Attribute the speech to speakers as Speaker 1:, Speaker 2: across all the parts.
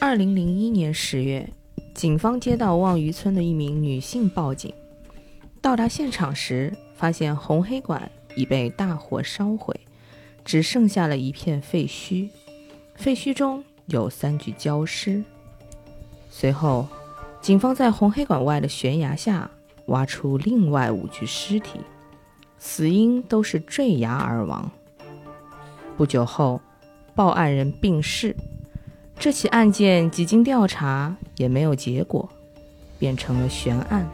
Speaker 1: 二零零一年十月，警方接到望渔村的一名女性报警，到达现场时，发现红黑馆已被大火烧毁，只剩下了一片废墟，废墟中有三具焦尸。随后，警方在红黑馆外的悬崖下挖出另外五具尸体，死因都是坠崖而亡。不久后，报案人病逝，这起案件几经调查也没有结果，变成了悬案，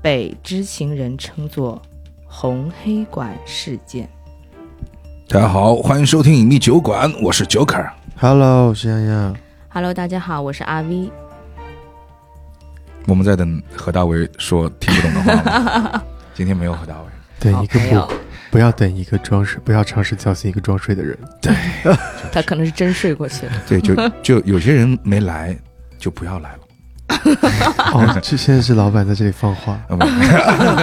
Speaker 1: 被知情人称作“红黑馆事件
Speaker 2: 大家好，欢迎收听隐秘酒馆，我是 Joker。
Speaker 3: Hello，我是洋洋。”
Speaker 1: Hello，大家好，我是阿 V。
Speaker 2: 我们在等何大为说听不懂的话吗。今天没有何大为，
Speaker 3: 等
Speaker 1: 好
Speaker 3: 一个
Speaker 1: 朋友
Speaker 3: 不，不要等一个装睡，不要尝试叫醒一个装睡的 人。
Speaker 1: 他可能是真睡过去 了。
Speaker 2: 对，就就有些人没来，就不要来了。，
Speaker 3: 哦，这现在是老板在这里放话
Speaker 2: 啊不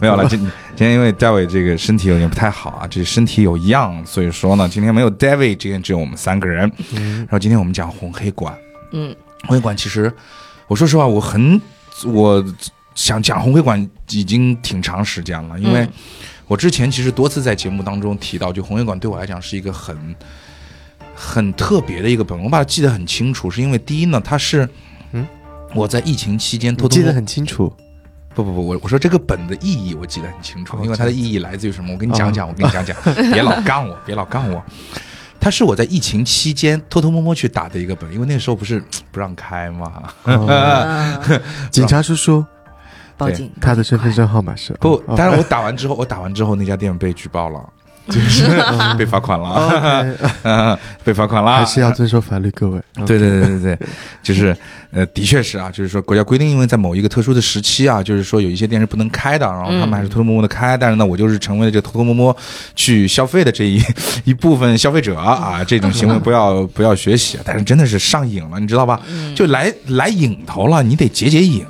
Speaker 2: 没有了，今今天因为大伟这个身体有点不太好啊，这身体有恙，所以说呢，今天没有 David，今天只有我们三个人。
Speaker 3: 嗯
Speaker 2: 然后今天我们讲红黑馆，
Speaker 1: 嗯，
Speaker 2: 红黑馆其实，我说实话，我很我想讲红黑馆已经挺长时间了，因为
Speaker 1: 嗯
Speaker 2: 我之前其实多次在节目当中提到，就红黑馆对我来讲是一个很很特别的一个本，我把它记得很清楚，是因为第一呢，它是
Speaker 3: 嗯
Speaker 2: 我在疫情期间偷
Speaker 3: 我
Speaker 2: 偷
Speaker 3: 记得很清楚。
Speaker 2: 不不不，我我说这个本的意义我记得很清楚
Speaker 3: 哦，
Speaker 2: 因为它的
Speaker 3: 这
Speaker 2: 意义来自于什么？我跟你讲讲，我
Speaker 3: 哦
Speaker 2: 跟你讲 讲，别老杠我，别老杠我。它是我在疫情期间偷偷摸摸去打的一个本，因为那个时候不是不让开嘛。
Speaker 3: 哦
Speaker 1: 啊
Speaker 3: 警察叔叔，
Speaker 1: 报警，
Speaker 3: 他的身份证号码是
Speaker 2: 不，
Speaker 3: 哦
Speaker 2: 但是我打完之后，我打完之后那家店被举报了， 就是被罚款
Speaker 3: 哦
Speaker 2: 了，
Speaker 3: ，OK，
Speaker 2: 被罚款了。
Speaker 3: 还是要遵守法律，各位。
Speaker 2: 对对对对 对，就是呃，的确是啊，就是说国家规定，因为在某一个特殊的时期啊，就是说有一些店是不能开的，然后他们还是偷偷摸摸的开，但是呢，我就是成为了这偷偷摸摸去消费的这一 一部分消费者啊，这种行为不要不要学习，啊但是真的是上瘾了，你知道吧？就来来瘾头了，你得解解瘾，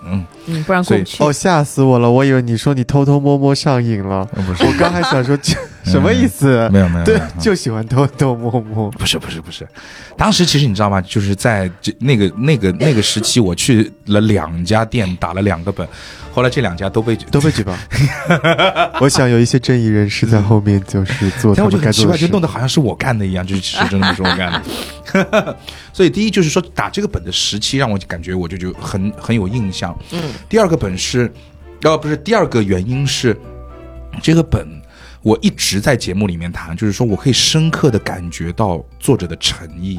Speaker 1: 嗯，不然过不去。
Speaker 3: 哦，吓死我了！我以为你说你偷偷摸摸上瘾了，
Speaker 2: 呃不是嗯
Speaker 3: 我刚还想说 这什么意思？
Speaker 2: 没有没有，
Speaker 3: 对
Speaker 2: 没有，
Speaker 3: 就喜欢偷偷摸摸。
Speaker 2: 不是不是不是，当时其实你知道吗？就是在这那个那个那个时期，我去了两家店，打了两个本，后来这两家都被
Speaker 3: 都被 举报。我想有一些正义人士在后面，就是做
Speaker 2: 但
Speaker 3: 他
Speaker 2: 我就
Speaker 3: 们
Speaker 2: 很
Speaker 3: 该
Speaker 2: 奇
Speaker 3: 做
Speaker 2: 怪，
Speaker 3: 的
Speaker 2: 就
Speaker 3: 事。
Speaker 2: 弄得好像是我干的一样，就是其实真的不是我干的。 所以第一就是说打这个本的时期，让我感觉我就就很很有印象。
Speaker 1: 嗯，
Speaker 2: 第二个本是，哦不是，第二个原因是这个本我一直在节目里面谈，就是说我可以深刻的感觉到作者的诚意。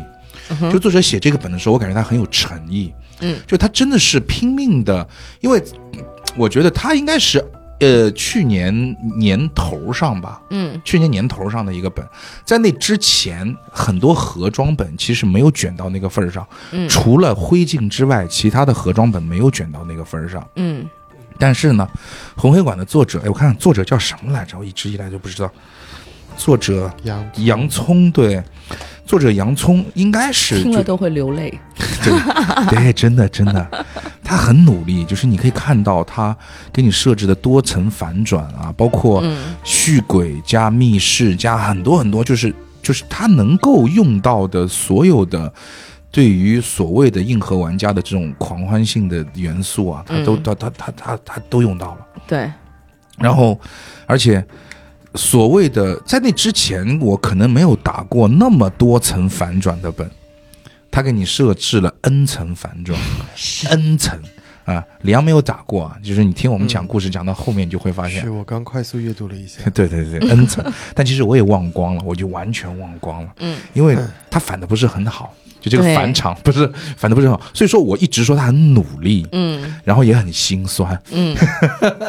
Speaker 2: 就作者写这个本的时候，我感觉他很有诚意。
Speaker 1: 嗯，
Speaker 2: 就他真的是拼命的，因为嗯我觉得他应该是呃去年年头上吧，
Speaker 1: 嗯
Speaker 2: 去年年头上的一个本，在那之前，很多盒装本其实没有卷到那个份儿上，
Speaker 1: 嗯
Speaker 2: 除了灰烬之外，其他的盒装本没有卷到那个份儿上。
Speaker 1: 嗯，
Speaker 2: 但是呢，红黑馆的作者，哎，我看看作者叫什么来着？我一直以来就不知道。作者
Speaker 3: 杨
Speaker 2: 洋葱，对，作者洋葱应该是
Speaker 1: 听
Speaker 2: 就
Speaker 1: 了都会流泪。
Speaker 2: 对 对，真的真的，他很努力，就是你可以看到他给你设置的多层反转啊，包括
Speaker 1: 嗯
Speaker 2: 续鬼加密室加很多很多，就是就是他能够用到的所有的。对于所谓的硬核玩家的这种狂欢性的元素啊，他都
Speaker 1: 嗯
Speaker 2: 他他他他他都用到了。
Speaker 1: 对，
Speaker 2: 然后，而且所谓的在那之前，我可能没有打过那么多层反转的本，他给你设置了 n 层反转，n 层啊。李阳没有打过啊，就是你听我们讲故事讲到后面，你就会发现，
Speaker 3: 是我刚快速阅读了一下
Speaker 2: 对对对，n 层，但其实我也忘光了，我就完全忘光了，
Speaker 1: 嗯，
Speaker 2: 因为他反的不是很好，就这个
Speaker 1: 对
Speaker 2: 返场 不是反的不是很好，所以说我一直说他很努力，
Speaker 1: 嗯
Speaker 2: 然后也很心酸，
Speaker 1: 嗯，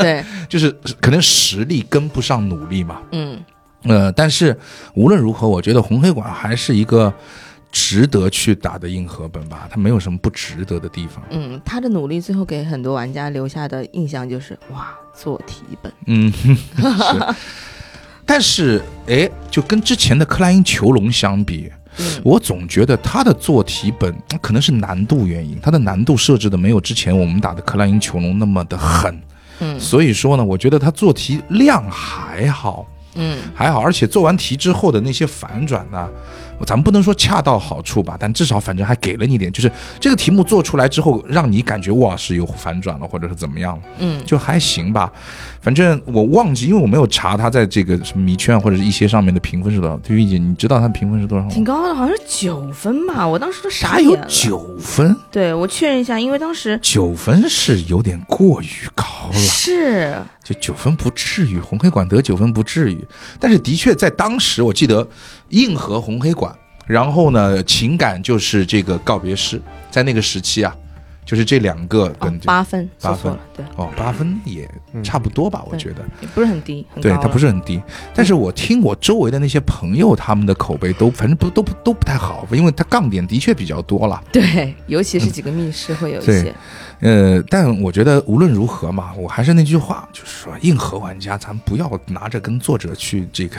Speaker 1: 对，
Speaker 2: 就是可能实力跟不上努力嘛，
Speaker 1: 嗯
Speaker 2: 呃，但是无论如何，我觉得红黑馆还是一个值得去打的硬核本吧，它没有什么不值得的地方，
Speaker 1: 嗯，他的努力最后给很多玩家留下的印象就是哇，做题本。
Speaker 2: 嗯， 是，但是哎，就跟之前的克莱因囚笼相比，
Speaker 1: 嗯
Speaker 2: 我总觉得他的做题本嗯可能是难度原因，他的难度设置的没有之前我们打的克莱因囚笼那么的狠，
Speaker 1: 嗯
Speaker 2: 所以说呢，我觉得他做题量还好，
Speaker 1: 嗯
Speaker 2: 还好，而且做完题之后的那些反转呢、咱们不能说恰到好处吧，但至少反正还给了你点，就是这个题目做出来之后，让你感觉哇是有反转了，或者是怎么样了，
Speaker 1: 嗯
Speaker 2: 就还行吧。反正我忘记，因为我没有查他在这个什么迷圈或者是一些上面的评分是多少。对于姐，你知道他评分是多少吗？
Speaker 1: 挺高的，好像是九分吧，我当时都傻
Speaker 2: 啥
Speaker 1: 眼
Speaker 2: 哦嗯有
Speaker 1: 了。
Speaker 2: 九哦分？
Speaker 1: 对我确认一下，因为当时
Speaker 2: 九分是有点过于高了。
Speaker 1: 是哦
Speaker 2: 就九分不至于，红黑馆得九分不至于，但是的确在当时，我记得硬核红黑馆，然后呢，情感就是这个告别式，在那个时期啊，就是这两个
Speaker 1: 哦
Speaker 2: 跟这
Speaker 1: 八分，
Speaker 2: 八
Speaker 1: 说
Speaker 2: 分
Speaker 1: 错了，对，
Speaker 2: 哦八分也差不多吧，我
Speaker 1: 对
Speaker 2: 觉得，
Speaker 1: 也不是很低，很高啊嗯
Speaker 2: 对它不
Speaker 1: 是
Speaker 2: 是很低，但是我听我周围的那些朋友他们的口碑都反正不都不都不太好，因为它杠点的确比较多了。
Speaker 1: 对，尤其是几个密室会有一
Speaker 2: 对
Speaker 1: 些，
Speaker 2: 呃，但我觉得无论如何嘛，我还是那句话，就是说硬核玩家，咱不要拿着跟作者去这 个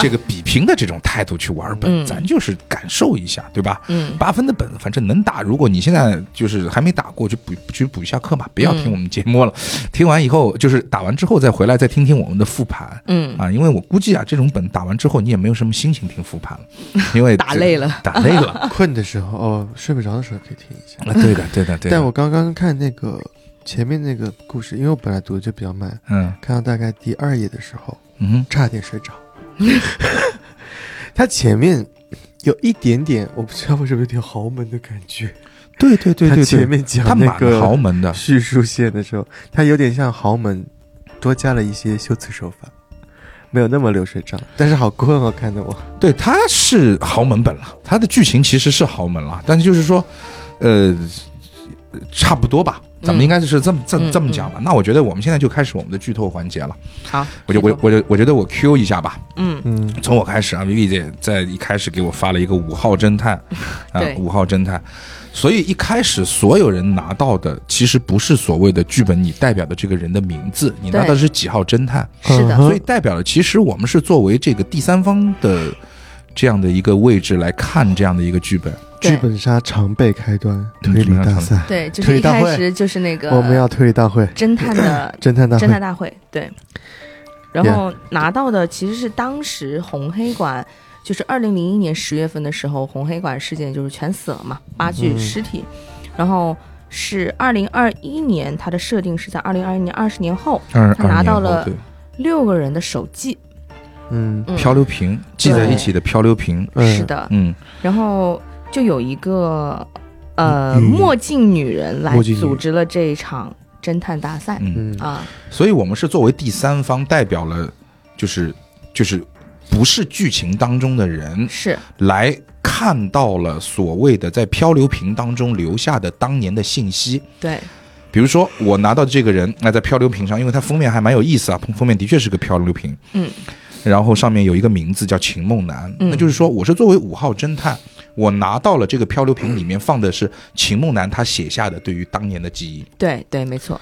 Speaker 2: 这个比拼的这种态度去玩本，
Speaker 1: 嗯
Speaker 2: 咱就是感受一下，对吧？
Speaker 1: 嗯
Speaker 2: 八分的本，反正能打。如果你现在就是还没打过，就补去补一下课
Speaker 1: 嗯
Speaker 2: 嘛，不要听我们节目了。 听完以后，就是打完之后再回来再听听我们的复盘
Speaker 1: 嗯，
Speaker 2: 啊，因为我估计啊，这种本打完之后你也没有什么心情听复盘了，因为
Speaker 1: 打累了，
Speaker 2: 打累 了。
Speaker 3: 困的时候哦，睡不着的时候可以听一下。
Speaker 2: 啊，对的，对的，对的。
Speaker 3: 但我刚刚看那个前面那个故事，因为我本来读的就比较慢，
Speaker 2: 嗯
Speaker 3: 看到大概第二页的时候，
Speaker 2: 嗯哼
Speaker 3: 差 点睡着。他前面有一点点，我不知道为什么有点豪门的感觉。
Speaker 2: 对对对对
Speaker 3: 他
Speaker 2: 对，
Speaker 3: 前面 讲
Speaker 2: 他
Speaker 3: 那
Speaker 2: 蛮豪
Speaker 3: 个
Speaker 2: 门的，
Speaker 3: 叙述线的时候，他有点像豪门，多加了一些修辞手法，没有那么流水账。但是好困哦，看得我。
Speaker 2: 对，他是豪门本了，他的剧情其实是豪门了，但是就是说，呃，差不多吧，咱们应该是这么、这么
Speaker 1: 嗯
Speaker 2: 这么讲吧。那我觉得我们现在就开始我们的剧透环节了，
Speaker 1: 好，
Speaker 2: 我就我我就我觉得我 Q 一下吧，
Speaker 1: 嗯
Speaker 3: 嗯，
Speaker 2: 从我开始啊，Vivi 姐在一开始给我发了一个五号侦 探，啊
Speaker 1: 对，
Speaker 2: 五号侦探，所以一开始所有人拿到的其实不是所谓的剧本你代表的这个人的名字，你拿
Speaker 1: 对
Speaker 2: 到的是几号侦探。
Speaker 1: 是的
Speaker 3: 嗯，哼
Speaker 2: 所以代表了其实我们是作为这个第三方的这样的一个位置来看这样的一个剧本。
Speaker 1: 对
Speaker 3: 剧本杀常备开端
Speaker 2: 嗯
Speaker 3: 推理大赛，
Speaker 1: 对，就
Speaker 3: 推
Speaker 1: 是
Speaker 3: 理
Speaker 1: 一
Speaker 3: 大
Speaker 1: 开
Speaker 3: 会
Speaker 1: 始就是那个
Speaker 3: 我们要推理大会、
Speaker 1: 侦探的
Speaker 3: 侦探大
Speaker 1: 侦探
Speaker 3: 会，
Speaker 1: 大会，对。然后拿到的其实是当时红黑馆，就是二零零一年十月份的时候，红黑馆事件就是全死了嘛，八具
Speaker 3: 嗯
Speaker 1: 尸体。然后是二零二一年，它的设定是在二零二一年二十年后，
Speaker 2: 二
Speaker 1: 他拿到了
Speaker 2: 对
Speaker 1: 六个人的手记。
Speaker 3: 嗯，
Speaker 1: 嗯，
Speaker 2: 漂流瓶系在一起的漂流瓶，
Speaker 3: 嗯
Speaker 1: 是，的。
Speaker 2: 嗯，
Speaker 1: 然后就有一个呃
Speaker 3: 女
Speaker 1: 墨镜女人来
Speaker 3: 墨镜女人
Speaker 1: 组织了这一场侦探大赛
Speaker 2: 嗯，
Speaker 3: 嗯，
Speaker 1: 啊，
Speaker 2: 所以我们是作为第三方代表了，就是就是不是剧情当中的人
Speaker 1: 是
Speaker 2: 来看到了所谓的在漂流瓶当中留下的当年的信息，
Speaker 1: 对，
Speaker 2: 比如说我拿到这个人，那在漂流瓶上，因为它封面还蛮有意思啊，封封面的确是个漂流瓶，
Speaker 1: 嗯，
Speaker 2: 然后上面有一个名字叫秦梦楠，
Speaker 1: 嗯
Speaker 2: 那就是说我是作为五号侦探，我拿到了这个漂流瓶里面放的是秦梦楠他写下的对于当年的记忆，
Speaker 1: 对对，没错，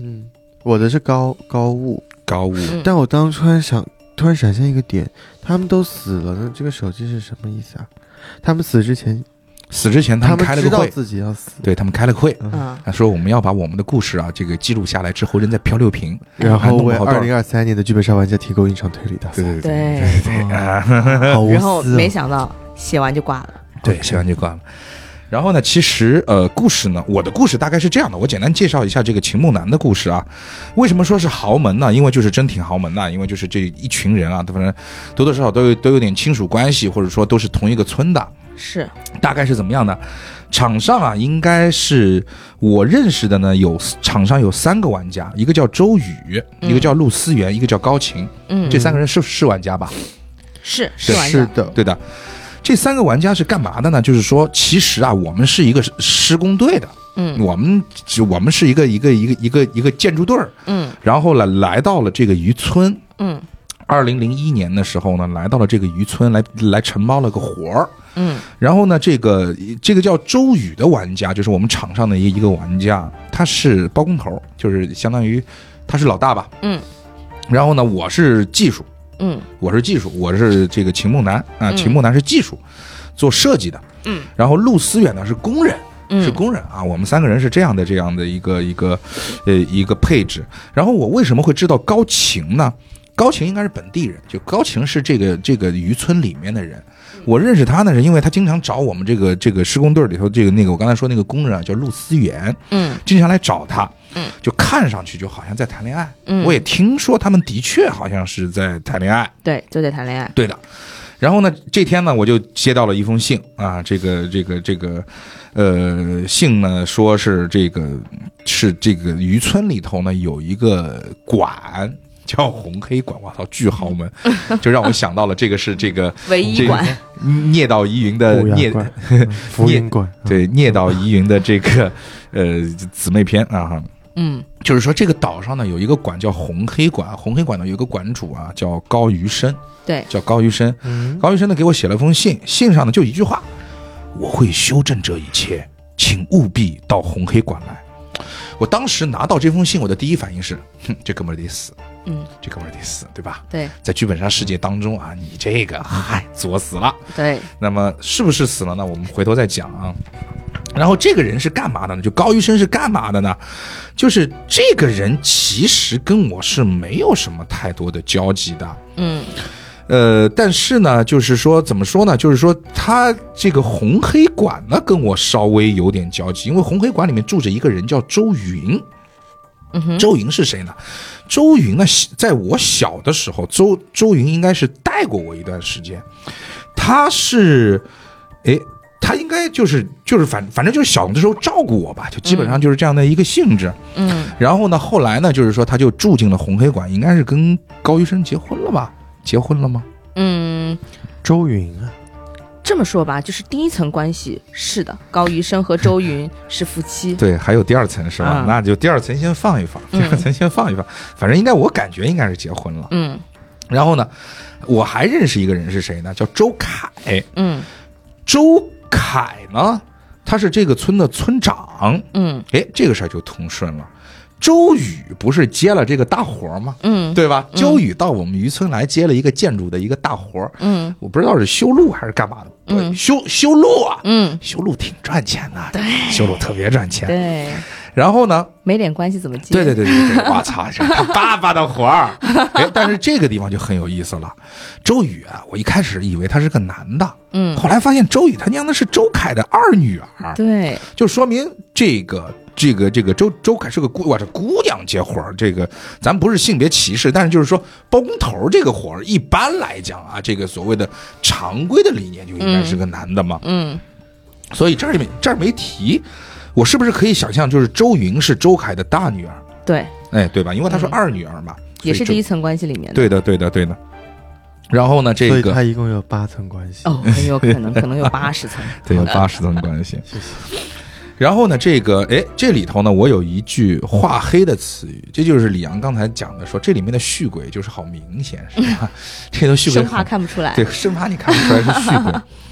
Speaker 3: 嗯，我的是高高物，
Speaker 2: 高物，
Speaker 1: 嗯
Speaker 3: 但我当初突然想，突然闪现一个点，他们都死了，那这个手机是什么意思啊？他们死之前，
Speaker 2: 死之前
Speaker 3: 他
Speaker 2: 们开了
Speaker 3: 知
Speaker 2: 个
Speaker 3: 道
Speaker 2: 会，
Speaker 3: 自己要死，
Speaker 2: 对他们开了个会。
Speaker 3: 嗯，
Speaker 1: 嗯，
Speaker 2: 他说：“我们要把我们的故事啊，这个记录下来之后扔在漂流瓶。
Speaker 3: 然
Speaker 2: 还弄
Speaker 3: 后
Speaker 2: 不
Speaker 3: 为
Speaker 2: 好多少
Speaker 3: 二零二三年的剧本杀玩家提供一场推理大赛，
Speaker 2: 对
Speaker 3: 嗯
Speaker 2: 对
Speaker 1: 对
Speaker 2: 对对 啊，
Speaker 3: 好无
Speaker 1: 然后
Speaker 3: 私
Speaker 1: 没
Speaker 3: 哦，
Speaker 1: 想到写完就挂了。
Speaker 2: 对，写完就挂了。然后呢，其实呃，故事呢，我的故事大概是这样的，我简单介绍一下这个秦梦楠的故事啊。为什么说是豪门呢？因为就是真挺豪门呐，因为就是这一群人啊，反正多多少少都有都有点亲属关系，或者说都是同一个村的。
Speaker 1: 是，
Speaker 2: 大概是怎么样呢？场上啊，应该是我认识的呢，有场上有三个玩家，一个叫周宇，
Speaker 1: 嗯
Speaker 2: 一个叫陆思源，一个叫高琴，
Speaker 1: 嗯，
Speaker 2: 这三个人是是玩家吧？
Speaker 1: 是是玩
Speaker 3: 是
Speaker 1: 家，
Speaker 3: 的，
Speaker 2: 对的，这三个玩家是干嘛的呢？就是说，其实啊，我们是一个施工队的，
Speaker 1: 嗯
Speaker 2: 我们我们是一个一个一个一个一个建筑队儿，
Speaker 1: 嗯
Speaker 2: 然后呢，来到了这个渔村。
Speaker 1: 嗯
Speaker 2: 二零零一年的时候呢，来到了这个渔村，来来承包了个活儿。
Speaker 1: 嗯
Speaker 2: 然后呢，这个这个叫周宇的玩家，就是我们场上的一个一个玩家，他是包工头，就是相当于他是老大吧。
Speaker 1: 嗯。
Speaker 2: 然后呢，我是技术，
Speaker 1: 嗯
Speaker 2: 我是技术，我是这个秦梦楠啊，
Speaker 1: 嗯
Speaker 2: 秦梦楠是技术，做设计的。
Speaker 1: 嗯，
Speaker 2: 然后陆思远呢是工人，
Speaker 1: 嗯，
Speaker 2: 是工人啊。我们三个人是这样的这样的一个一个呃一个配置。然后我为什么会知道高晴呢？高晴应该是本地人，就高晴是这个这个渔村里面的人。
Speaker 1: 嗯
Speaker 2: 我认识他呢，是因为他经常找我们这个这个施工队里头这个那个我刚才说那个工人啊，叫陆思源，
Speaker 1: 嗯
Speaker 2: 经常来找他，
Speaker 1: 嗯，
Speaker 2: 就看上去就好像在谈恋爱。
Speaker 1: 嗯，
Speaker 2: 我也听说他们的确好像是在谈恋爱，
Speaker 1: 对，就得谈恋爱，
Speaker 2: 对的。然后呢，这天呢，我就接到了一封信啊，这个这个这个，呃，信呢说是这个是这个渔村里头呢有一个馆叫红黑馆，我操，巨豪门，就让我想到了这个是这个
Speaker 1: 唯一
Speaker 2: 这
Speaker 1: 馆，
Speaker 2: 聂道疑云的
Speaker 3: 欧
Speaker 2: 聂
Speaker 3: 阳馆、嗯福音馆，
Speaker 2: 呃对聂道疑云的这个呃姊妹篇啊哈。
Speaker 1: 嗯
Speaker 2: 就是说，这个岛上呢有一个馆叫红黑馆，红黑馆呢有一个馆主啊叫高余生，
Speaker 1: 对
Speaker 2: 叫高余生。
Speaker 3: 嗯，
Speaker 2: 高医生呢给我写了封信，信上呢就一句话：“我会修正这一切，请务必到红黑馆来。”我当时拿到这封信，我的第一反应是：哼，这哥们儿得死，
Speaker 1: 嗯，
Speaker 2: 这哥们儿得死，对吧？
Speaker 1: 对
Speaker 2: 在剧本杀世界当中啊，你这个嗨作死了。
Speaker 1: 对，
Speaker 2: 那么是不是死了呢？我们回头再讲啊。然后这个人是干嘛的呢？就高医生是干嘛的呢？就是这个人其实跟我是没有什么太多的交集的。
Speaker 1: 嗯
Speaker 2: 呃，但是呢，就是说怎么说呢？就是说他这个红黑馆呢，跟我稍微有点交集，因为红黑馆里面住着一个人叫周云。
Speaker 1: 嗯哼，
Speaker 2: 周云是谁呢？周云呢，在我小的时候，周周云应该是带过我一段时间。他是，诶，他应该就是就是反反正就是小的时候照顾我吧，就基本上就是这样的一个性质。
Speaker 1: 嗯
Speaker 2: 然后呢，后来呢，就是说他就住进了红黑馆，应该是跟高医生结婚了吧？结婚了吗？
Speaker 1: 嗯，
Speaker 3: 周云啊，
Speaker 1: 这么说吧，就是第一层关系是的，高余生和周云是夫妻，
Speaker 2: 对，还有第二层是吧？
Speaker 1: 嗯
Speaker 2: 那就第二层先放一放，第二层先放一放，反正应该我感觉应该是结婚了。
Speaker 1: 嗯
Speaker 2: 然后呢，我还认识一个人是谁呢？叫周凯。
Speaker 1: 嗯
Speaker 2: 周凯呢，他是这个村的村长。
Speaker 1: 嗯
Speaker 2: 哎，这个事儿就通顺了。周宇不是接了这个大活儿吗？
Speaker 1: 嗯
Speaker 2: 对吧？周宇到我们渔村来接了一个建筑的一个大活儿，
Speaker 1: 嗯
Speaker 2: 我不知道是修路还是干嘛的，
Speaker 1: 嗯
Speaker 2: 修修路啊，
Speaker 1: 嗯，
Speaker 2: 修路挺赚钱的，对，修路特别赚钱。
Speaker 1: 对，
Speaker 2: 然后呢，
Speaker 1: 没点关系怎么接？
Speaker 2: 对对对对对，我 操，这他爸爸的活儿。哎，但是这个地方就很有意思了。周宇啊，我一开始以为他是个男的，
Speaker 1: 嗯
Speaker 2: 后来发现周宇他娘的是周凯的二女儿，
Speaker 1: 对，
Speaker 2: 就说明这个。这个这个周周凯是个姑，哇，这姑娘接活儿，这个咱不是性别歧视，但是就是说包工头这个活儿，一般来讲啊，这个所谓的常规的理念就应该是个男的嘛，
Speaker 1: 嗯
Speaker 2: 所以这里面这儿没提，我是不是可以想象，就是周云是周凯的大女儿？
Speaker 1: 对，
Speaker 2: 哎，对吧？因为她是二女儿嘛，
Speaker 1: 嗯也是
Speaker 2: 所
Speaker 1: 第
Speaker 2: 以
Speaker 1: 一层关系里面
Speaker 2: 就
Speaker 1: 的。
Speaker 2: 对的，对的，对的。然后呢，这
Speaker 3: 所以
Speaker 2: 个
Speaker 3: 他一共有八层关系。
Speaker 1: 哦，很有可能，可能有八十 层。
Speaker 2: 对有
Speaker 1: 好的
Speaker 2: 八十层关系。
Speaker 3: 谢谢。
Speaker 2: 然后呢，这个哎，这里头呢，我有一句化黑的词语，这就是李阳刚才讲的说，这里面的续鬼就是好明显，是
Speaker 1: 嗯
Speaker 2: 吧？这都续鬼
Speaker 1: 生
Speaker 2: 好
Speaker 1: 怕看不出来。
Speaker 2: 对，生怕你看不出来是续鬼。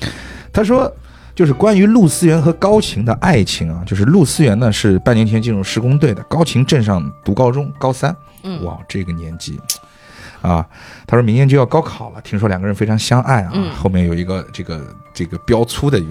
Speaker 2: 他说，就是关于陆思源和高晴的爱情啊，就是陆思源呢是半年前进入施工队的，高晴镇上读高中，高三。
Speaker 1: 嗯
Speaker 2: 哇，这个年纪啊，他说明年就要高考了，听说两个人非常相爱啊。
Speaker 1: 嗯
Speaker 2: 后面有一个这个这个标粗的语，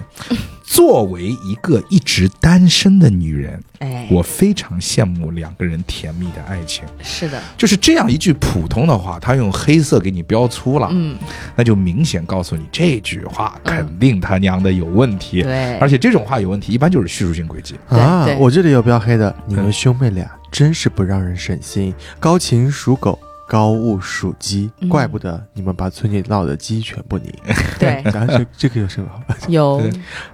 Speaker 2: 作为一个一直单身的女人，
Speaker 1: 哎，
Speaker 2: 我非常羡慕两个人甜蜜的爱情。
Speaker 1: 是的，
Speaker 2: 就是这样一句普通的话，他用黑色给你标粗了，
Speaker 1: 嗯，
Speaker 2: 那就明显告诉你这句话肯定他娘的有问题。
Speaker 1: 对
Speaker 2: 而，且这种话有问题，一般就是叙述性轨迹。
Speaker 3: 啊
Speaker 1: 对，对
Speaker 3: 我这里有标黑的，你们兄妹俩真是不让人省心。高琴属狗，高雾属鸡
Speaker 1: 嗯，
Speaker 3: 怪不得你们把村里闹的鸡全 不宁。
Speaker 1: 对，
Speaker 3: 然后这这个有什么好？
Speaker 1: 有，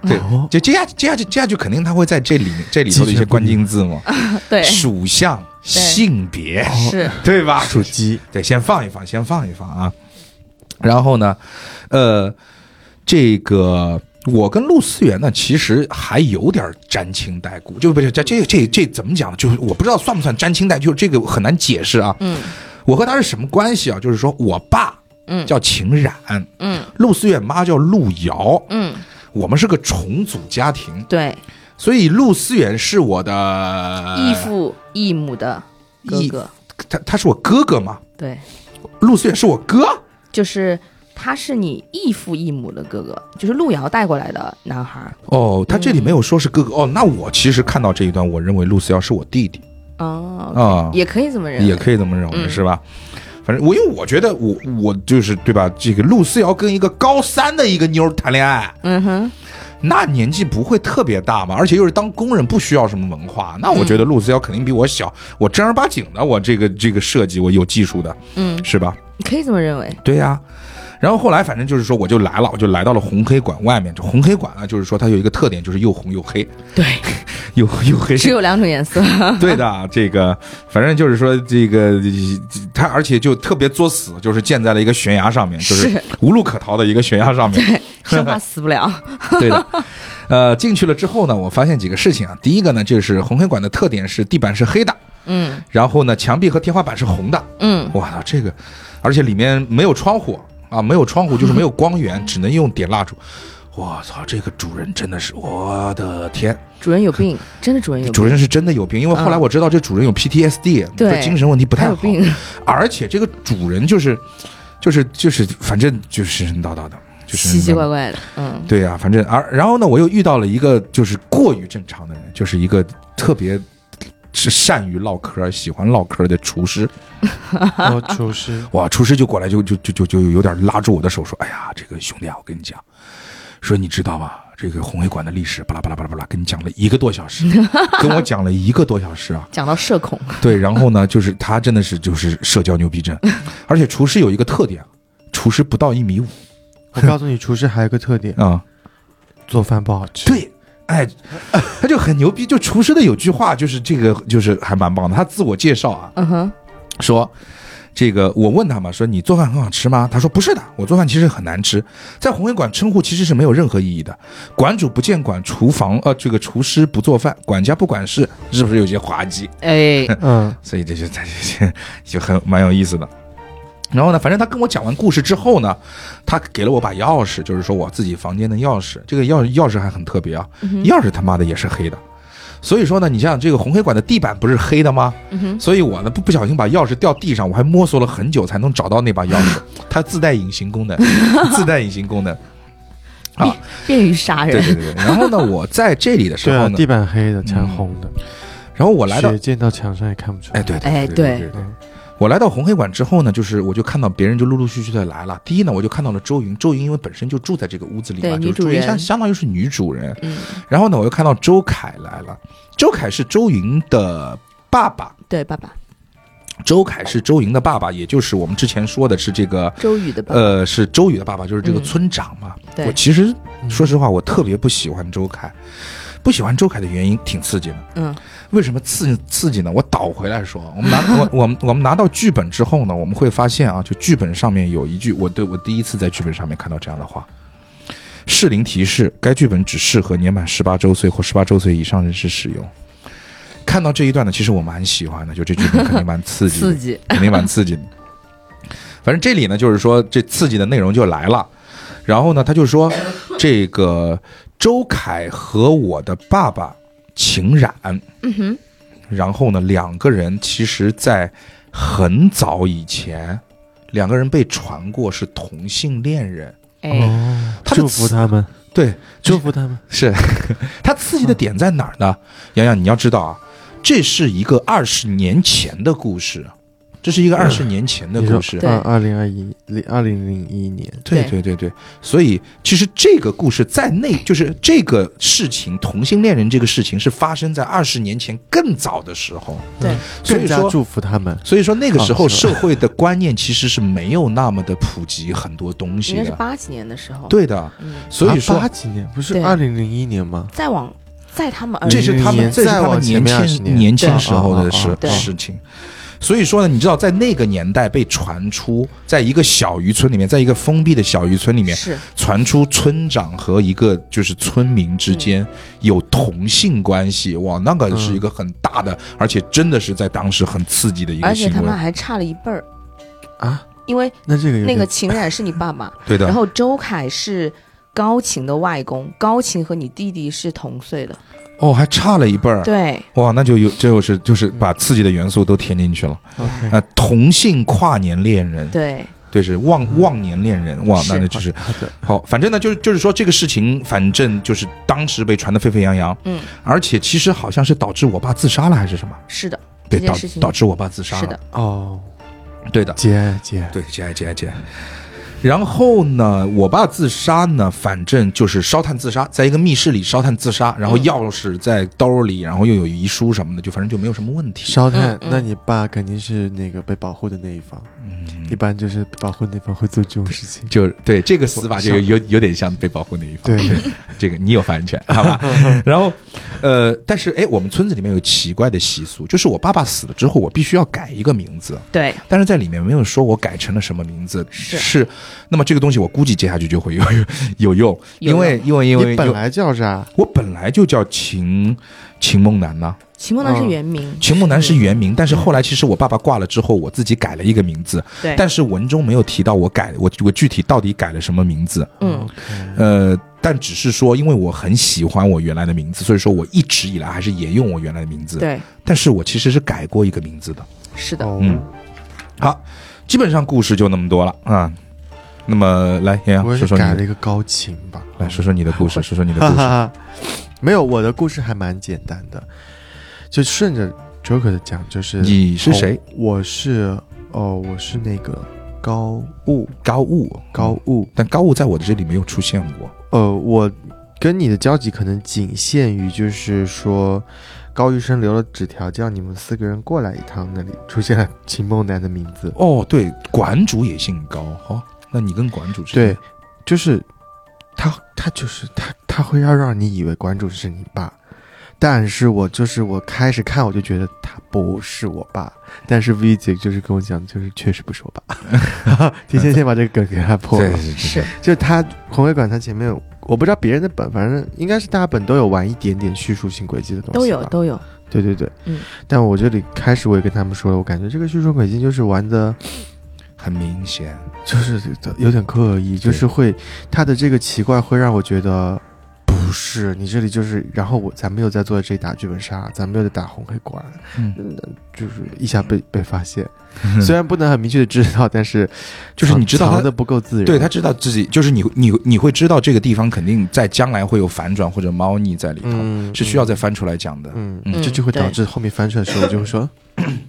Speaker 2: 对
Speaker 3: 哦，
Speaker 2: 就这样，这样就这样就肯定他会在这里面这里头的一些关键字嘛，
Speaker 1: 对，哦
Speaker 2: 属相、性别，
Speaker 1: 是，
Speaker 2: 对吧？
Speaker 3: 属鸡，
Speaker 2: 对，先放一放，先放一放啊。然后呢，呃，这个我跟陆思源呢，其实还有点沾亲带故，就不是这这这这怎么讲呢？就是我不知道算不算沾亲带，就是这个很难解释啊。
Speaker 1: 嗯
Speaker 2: 我和他是什么关系啊？就是说我爸
Speaker 1: 嗯
Speaker 2: 叫秦冉，
Speaker 1: 嗯
Speaker 2: 陆思远妈叫陆瑶，
Speaker 1: 嗯，
Speaker 2: 我们是个重组家庭，
Speaker 1: 对，
Speaker 2: 所以陆思远是我的
Speaker 1: 异，父异母的哥
Speaker 2: 异
Speaker 1: 哥，
Speaker 2: 他他是我哥哥嘛，
Speaker 1: 对，
Speaker 2: 陆思远是我哥，
Speaker 1: 就是他是你异父异母的哥哥，就是路遥带过来的男孩儿。
Speaker 2: 哦，他这里没有说是哥哥，哦，那我其实看到这一段，我认为陆思瑶是我弟弟
Speaker 1: 哦，
Speaker 2: 啊，
Speaker 1: 也可以这么认为，
Speaker 2: 也可以这么认为、
Speaker 1: 嗯
Speaker 2: 是吧？反正我因为我觉得我我就是对吧？这个陆思瑶跟一个高三的一个妞儿谈恋爱，
Speaker 1: 嗯哼，
Speaker 2: 那年纪不会特别大嘛，而且又是当工人，不需要什么文化。那我觉得陆思瑶肯定比我小，我正儿八经的，我这个这个设计我有技术的，
Speaker 1: 嗯，
Speaker 2: 是吧？
Speaker 1: 你可以这么认为，
Speaker 2: 对呀、然后后来反正就是说，我就来了，我就来到了红黑馆外面。这红黑馆呢，啊就是说它有一个特点，就是又红又黑，
Speaker 1: 对，
Speaker 2: 又又黑
Speaker 1: 只有两种颜色，
Speaker 2: 对的，这个反正就是说，这个他而且就特别作死，就是建在了一个悬崖上面，就是
Speaker 1: 是
Speaker 2: 无路可逃的一个悬崖上面。
Speaker 1: 生怕死不了，
Speaker 2: 对的， 呃，进去了之后呢，我发现几个事情啊。第一个呢，就是红黑馆的特点是地板是黑的，
Speaker 1: 嗯
Speaker 2: 然后呢，墙壁和天花板是红的。
Speaker 1: 嗯，
Speaker 2: 我操，这个，而且里面没有窗户啊，没有窗户就是没有 光源，只能用点蜡烛。我操，这个主人真的是我的天！
Speaker 1: 主人有病，真的主人有
Speaker 2: 主
Speaker 1: 病，嗯
Speaker 2: 人是真的有病，因为后来我知道这主人有 PTSD，、
Speaker 1: 对
Speaker 2: 这精神问题不
Speaker 1: 他
Speaker 2: 太
Speaker 1: 有
Speaker 2: 好，
Speaker 1: 病，
Speaker 2: 而且这个主人就是，就是就是，反正就是神神叨叨的，就是
Speaker 1: 奇奇怪。怪的，嗯
Speaker 2: 对呀、反正而然后呢，我又遇到了一个就是过于正常的人，就是一个特别是善于唠嗑、喜欢唠嗑的厨师。
Speaker 3: 哦，厨师，
Speaker 2: 哇，厨师就过来就就就就就有点拉住我的手说：“哎呀，这个兄弟啊，我跟你讲，说你知道吗？这个红黑馆的历史，巴拉巴拉巴拉巴拉，跟你讲了一个多 小时，跟我讲了一个多小时啊。”
Speaker 1: 讲到社恐，
Speaker 2: 对，然后呢，就是他真的是就是社交牛逼 症，而且厨师有一个特点，厨师不到一米五
Speaker 3: 我告诉你，厨师还有个特点，
Speaker 2: 啊、
Speaker 3: 做饭不好吃。，
Speaker 2: 对，哎，他就很牛逼。就厨师的有句话就是这个就是还蛮棒的，他自我介绍啊，
Speaker 1: 嗯哼，
Speaker 2: 说这个我问他嘛，说你做饭很好吃吗？他说不是的，我做饭其实很难吃。在红黑馆称呼其实是没有任何意义的，馆主不见馆，厨房呃这个厨师不做饭，管家不管事，是不是有些滑稽？
Speaker 1: 哎，
Speaker 3: 嗯，
Speaker 2: 所以这就这就就很蛮有意思的。然后呢，反正他跟我讲完故事之后呢，他给了我把钥匙，就是说我自己房间的钥匙。这个钥钥匙还很特别啊，
Speaker 1: 嗯
Speaker 2: 钥匙他妈的也是黑的。所以说呢，你想想这个红黑馆的地板不是黑的吗？
Speaker 1: 嗯哼，
Speaker 2: 所以我呢不不小心把钥匙掉地上，我还摸索了很久才能找到那把钥 匙。它自带隐形功能，自带隐形功能。
Speaker 1: 哎
Speaker 2: 啊，
Speaker 1: 便于杀
Speaker 2: 对
Speaker 1: 人，
Speaker 2: 对对对。然后呢，我在这里的时
Speaker 3: 对
Speaker 2: 候
Speaker 3: 啊，
Speaker 2: 呢，
Speaker 3: 地板黑的，墙红的，
Speaker 2: 然后我来到
Speaker 3: 血，溅到墙上也看不出来。
Speaker 2: 哎，对，对
Speaker 1: 哎
Speaker 2: 对
Speaker 1: 对
Speaker 2: 对
Speaker 3: 嗯，
Speaker 2: 我来到红黑馆之后呢，就是我就看到别人就陆陆续续的来了。第一呢，我就看到了周云，周云因为本身就住在这个屋子里
Speaker 1: 对
Speaker 2: 嘛，就是
Speaker 1: 女主
Speaker 2: 周云
Speaker 1: 人
Speaker 2: 相相当于是女主人。
Speaker 1: 嗯，
Speaker 2: 然后呢，我又看到周凯来了，周凯是周云的爸爸，
Speaker 1: 对，爸爸，
Speaker 2: 周凯是周云的爸爸，也就是我们之前说的是这个。
Speaker 1: 周瑜的爸爸，
Speaker 2: 呃，是周宇的爸爸，就是这个
Speaker 1: 嗯
Speaker 2: 村长嘛。
Speaker 1: 对嗯
Speaker 2: 我其实说实话，我特别不喜欢周凯，不喜欢周凯的原因挺刺激的。
Speaker 1: 嗯，
Speaker 2: 为什么刺刺激呢？我倒回来说，我们拿 我我们我们拿到剧本之后呢，我们会发现啊，就剧本上面有一句，我对我第一次在剧本上面看到这样的话。适龄提示：该剧本只适合年满十八周岁或十八周岁以上人士使用。看到这一段呢，其实我蛮喜欢的，就这剧本肯定蛮刺激的，
Speaker 1: 刺激，
Speaker 2: 肯定蛮刺激的。反正这里呢，就是说这刺激的内容就来了。然后呢，他就说这个周凯和我的爸爸秦冉，
Speaker 1: 嗯哼，
Speaker 2: 然后呢，两个人其实在很早以前，两个人被传过是同性恋人。
Speaker 1: 哎，
Speaker 3: 哦，
Speaker 2: 他的
Speaker 3: 祝福他们，
Speaker 2: 对，
Speaker 3: 祝福他们。
Speaker 2: 是 他刺激的点在哪儿呢？洋洋，你要知道啊，这是一个二十年前的故事，这是一个二十年前的
Speaker 3: 你说
Speaker 2: 故事。
Speaker 1: 对
Speaker 3: 二二零二一零二零零一年，
Speaker 2: 对对
Speaker 1: 对
Speaker 2: 对对，所以其实这个故事在内，就是这个事情，同性恋人这个事情是发生在二十年前更早的时候，
Speaker 1: 对，
Speaker 2: 所以
Speaker 3: 更加
Speaker 2: 说。
Speaker 3: 祝福他们。
Speaker 2: 所以说那个时候
Speaker 3: 哦是
Speaker 2: 社会的观念其实是没有那么的普及很多东
Speaker 1: 应
Speaker 2: 西
Speaker 1: 该是
Speaker 2: 的，
Speaker 1: 八几年的时候，，
Speaker 2: 对的。
Speaker 1: 嗯，
Speaker 2: 所以
Speaker 3: 啊
Speaker 2: 说
Speaker 3: 八几年不是
Speaker 1: 对
Speaker 3: 二零零一年吗？
Speaker 1: 再往，在他们
Speaker 2: 这是他们
Speaker 3: 2001
Speaker 2: 这是他
Speaker 3: 再
Speaker 2: 们
Speaker 3: 往
Speaker 2: 年
Speaker 3: 前面
Speaker 2: 轻
Speaker 3: 20年
Speaker 2: 年轻
Speaker 1: 对哦
Speaker 2: 时候
Speaker 3: 啊啊
Speaker 2: 的
Speaker 3: 啊
Speaker 2: 事
Speaker 1: 对
Speaker 2: 事情。所以说呢，你知道在那个年代被传出，在一个小渔村里面，在一个封闭的小渔村里面，
Speaker 1: 是
Speaker 2: 传出村长和一个就是村民之
Speaker 1: 嗯
Speaker 2: 间有同性关系，哇，那个是一个很大的，而且真的是在当时很刺激的一
Speaker 1: 嗯而
Speaker 2: 个
Speaker 1: 且
Speaker 2: 新
Speaker 1: 他们
Speaker 2: 闻。
Speaker 1: 还差了一辈儿，
Speaker 3: 啊，
Speaker 1: 因为
Speaker 3: 那这个有
Speaker 1: 那个
Speaker 3: 点
Speaker 1: 秦冉是你爸爸，
Speaker 2: 对的
Speaker 1: 然，后周凯是高琴的外公，高琴和你弟弟是同岁的，
Speaker 2: 哦，还差了一辈儿，
Speaker 1: 对，
Speaker 2: 哇，那就有，这就是就是把刺激的元素都填进去了。
Speaker 3: OK，
Speaker 2: 啊，同性跨年恋人，
Speaker 1: 嗯对，
Speaker 2: 对，是忘忘年恋人，哇，那
Speaker 1: 是
Speaker 2: 那就是
Speaker 3: 好的，
Speaker 2: 好，反正呢，就是就是说这个事情，反正就是当时被传得沸沸扬扬，
Speaker 1: 嗯，
Speaker 2: 而且其实好像是导致我爸自杀了还是什么，
Speaker 1: 是的，
Speaker 2: 对，
Speaker 1: 这件
Speaker 2: 导
Speaker 1: 事情
Speaker 2: 导致我爸自杀
Speaker 1: 是
Speaker 2: 了，
Speaker 1: 的，
Speaker 3: 哦，
Speaker 2: 对的，
Speaker 3: 姐姐，
Speaker 2: 对，节哀节哀节哀。然后呢，我爸自杀呢，反正就是烧炭自杀，在一个密室里烧炭自杀，然
Speaker 1: 嗯
Speaker 2: 后钥匙在兜里，然后又有遗书什么的，就反正就没有什么问题。
Speaker 3: 烧炭
Speaker 1: 嗯，嗯
Speaker 3: 那你爸肯定是那个被保护的那一方，
Speaker 2: 嗯
Speaker 3: 一般就是被保护那方会做这种事情。
Speaker 2: 就对这个死法就有有有点像被保护那一方。
Speaker 3: 对，
Speaker 2: 这个你有发言权，好吧？然后，呃，但是哎，我们村子里面有奇怪的习俗，就是我爸爸死了之后，我必须要改一个名字，
Speaker 1: 对，
Speaker 2: 但是在里面没有说我改成了什么名字，
Speaker 1: 是
Speaker 2: 那么这个东西我估计接下去就会有有有用，因为因为因为
Speaker 3: 你本来叫啥？
Speaker 2: 我本来就叫秦秦梦楠呐、
Speaker 1: 秦梦楠是原名，
Speaker 2: 秦梦楠是原名，但是后来其实我爸爸挂了之后，我自己改了一个名字，
Speaker 1: 对，
Speaker 2: 但是文中没有提到我改我我具体到底改了什么名字，
Speaker 1: 嗯
Speaker 3: OK，
Speaker 2: 呃，但只是说，因为我很喜欢我原来的名字，所以说我一直以来还是沿用我原来的名字。，
Speaker 1: 对，
Speaker 2: 但嗯是我其实是改过一个名字的。
Speaker 1: 是的，
Speaker 3: 哦，
Speaker 2: 嗯，好，基本上故事就那么多了啊。那么来，洋洋
Speaker 3: 我
Speaker 2: 说
Speaker 3: 也是
Speaker 2: 说
Speaker 3: 改
Speaker 2: 你
Speaker 3: 了
Speaker 2: 的，
Speaker 3: 一个高情吧。
Speaker 2: 来说说你的故事，说说你的
Speaker 3: 哈
Speaker 2: 故事。
Speaker 3: 哈哈，没有，我的故事还蛮简单的，就顺着 Joker 的讲，就是
Speaker 2: 你是谁？
Speaker 3: 哦我是哦，我是那个高
Speaker 2: 雾高雾
Speaker 3: 高，悟，
Speaker 2: 但高雾在我的这里没有出现过。
Speaker 3: 呃，我跟你的交集可能仅限于就是说。高医生留了纸条，叫你们四个人过来一趟，那里出现了秦梦楠的名字。
Speaker 2: 哦，对，馆主也姓高，哦，那你跟馆主是？
Speaker 3: 对，，就是他，他就是他，他会要让你以为馆主是你爸，但是我就是我开始看我就觉得他不是我爸，但是 V 姐就是跟我讲，就是确实不是我爸， 提前先把这个梗给他破
Speaker 2: 对
Speaker 3: 了。
Speaker 2: 是
Speaker 1: 是
Speaker 2: 是，
Speaker 3: 就他红会馆，他前面有我不知道别人的本，反正应该是大家本都有玩一点点叙述性轨迹的东西吧，
Speaker 1: 都有都有，
Speaker 3: 对对对，
Speaker 1: 嗯。
Speaker 3: 但我这里开始我也跟他们说了，我感觉这个叙述轨迹就是玩的。
Speaker 2: 很明显。
Speaker 3: 就是有点刻意，就是会他的这个奇怪会让我觉得不是你这里就是，然后我咱们又在做这打剧本杀，咱们又在打红黑馆，
Speaker 2: 嗯，
Speaker 3: 就是一下被被发现，
Speaker 1: 嗯
Speaker 3: 虽然不能很明确的知道，但是
Speaker 2: 就是你知道他
Speaker 3: 藏的不够自然，
Speaker 2: 对他知道自己，就是你你你会知道这个地方肯定在将来会有反转或者猫腻在里头，
Speaker 3: 嗯
Speaker 2: 是需要再翻出来讲的。
Speaker 3: 嗯
Speaker 2: 嗯
Speaker 3: 嗯，这就会
Speaker 1: 对
Speaker 3: 导致后面翻出来的时候，我就会说，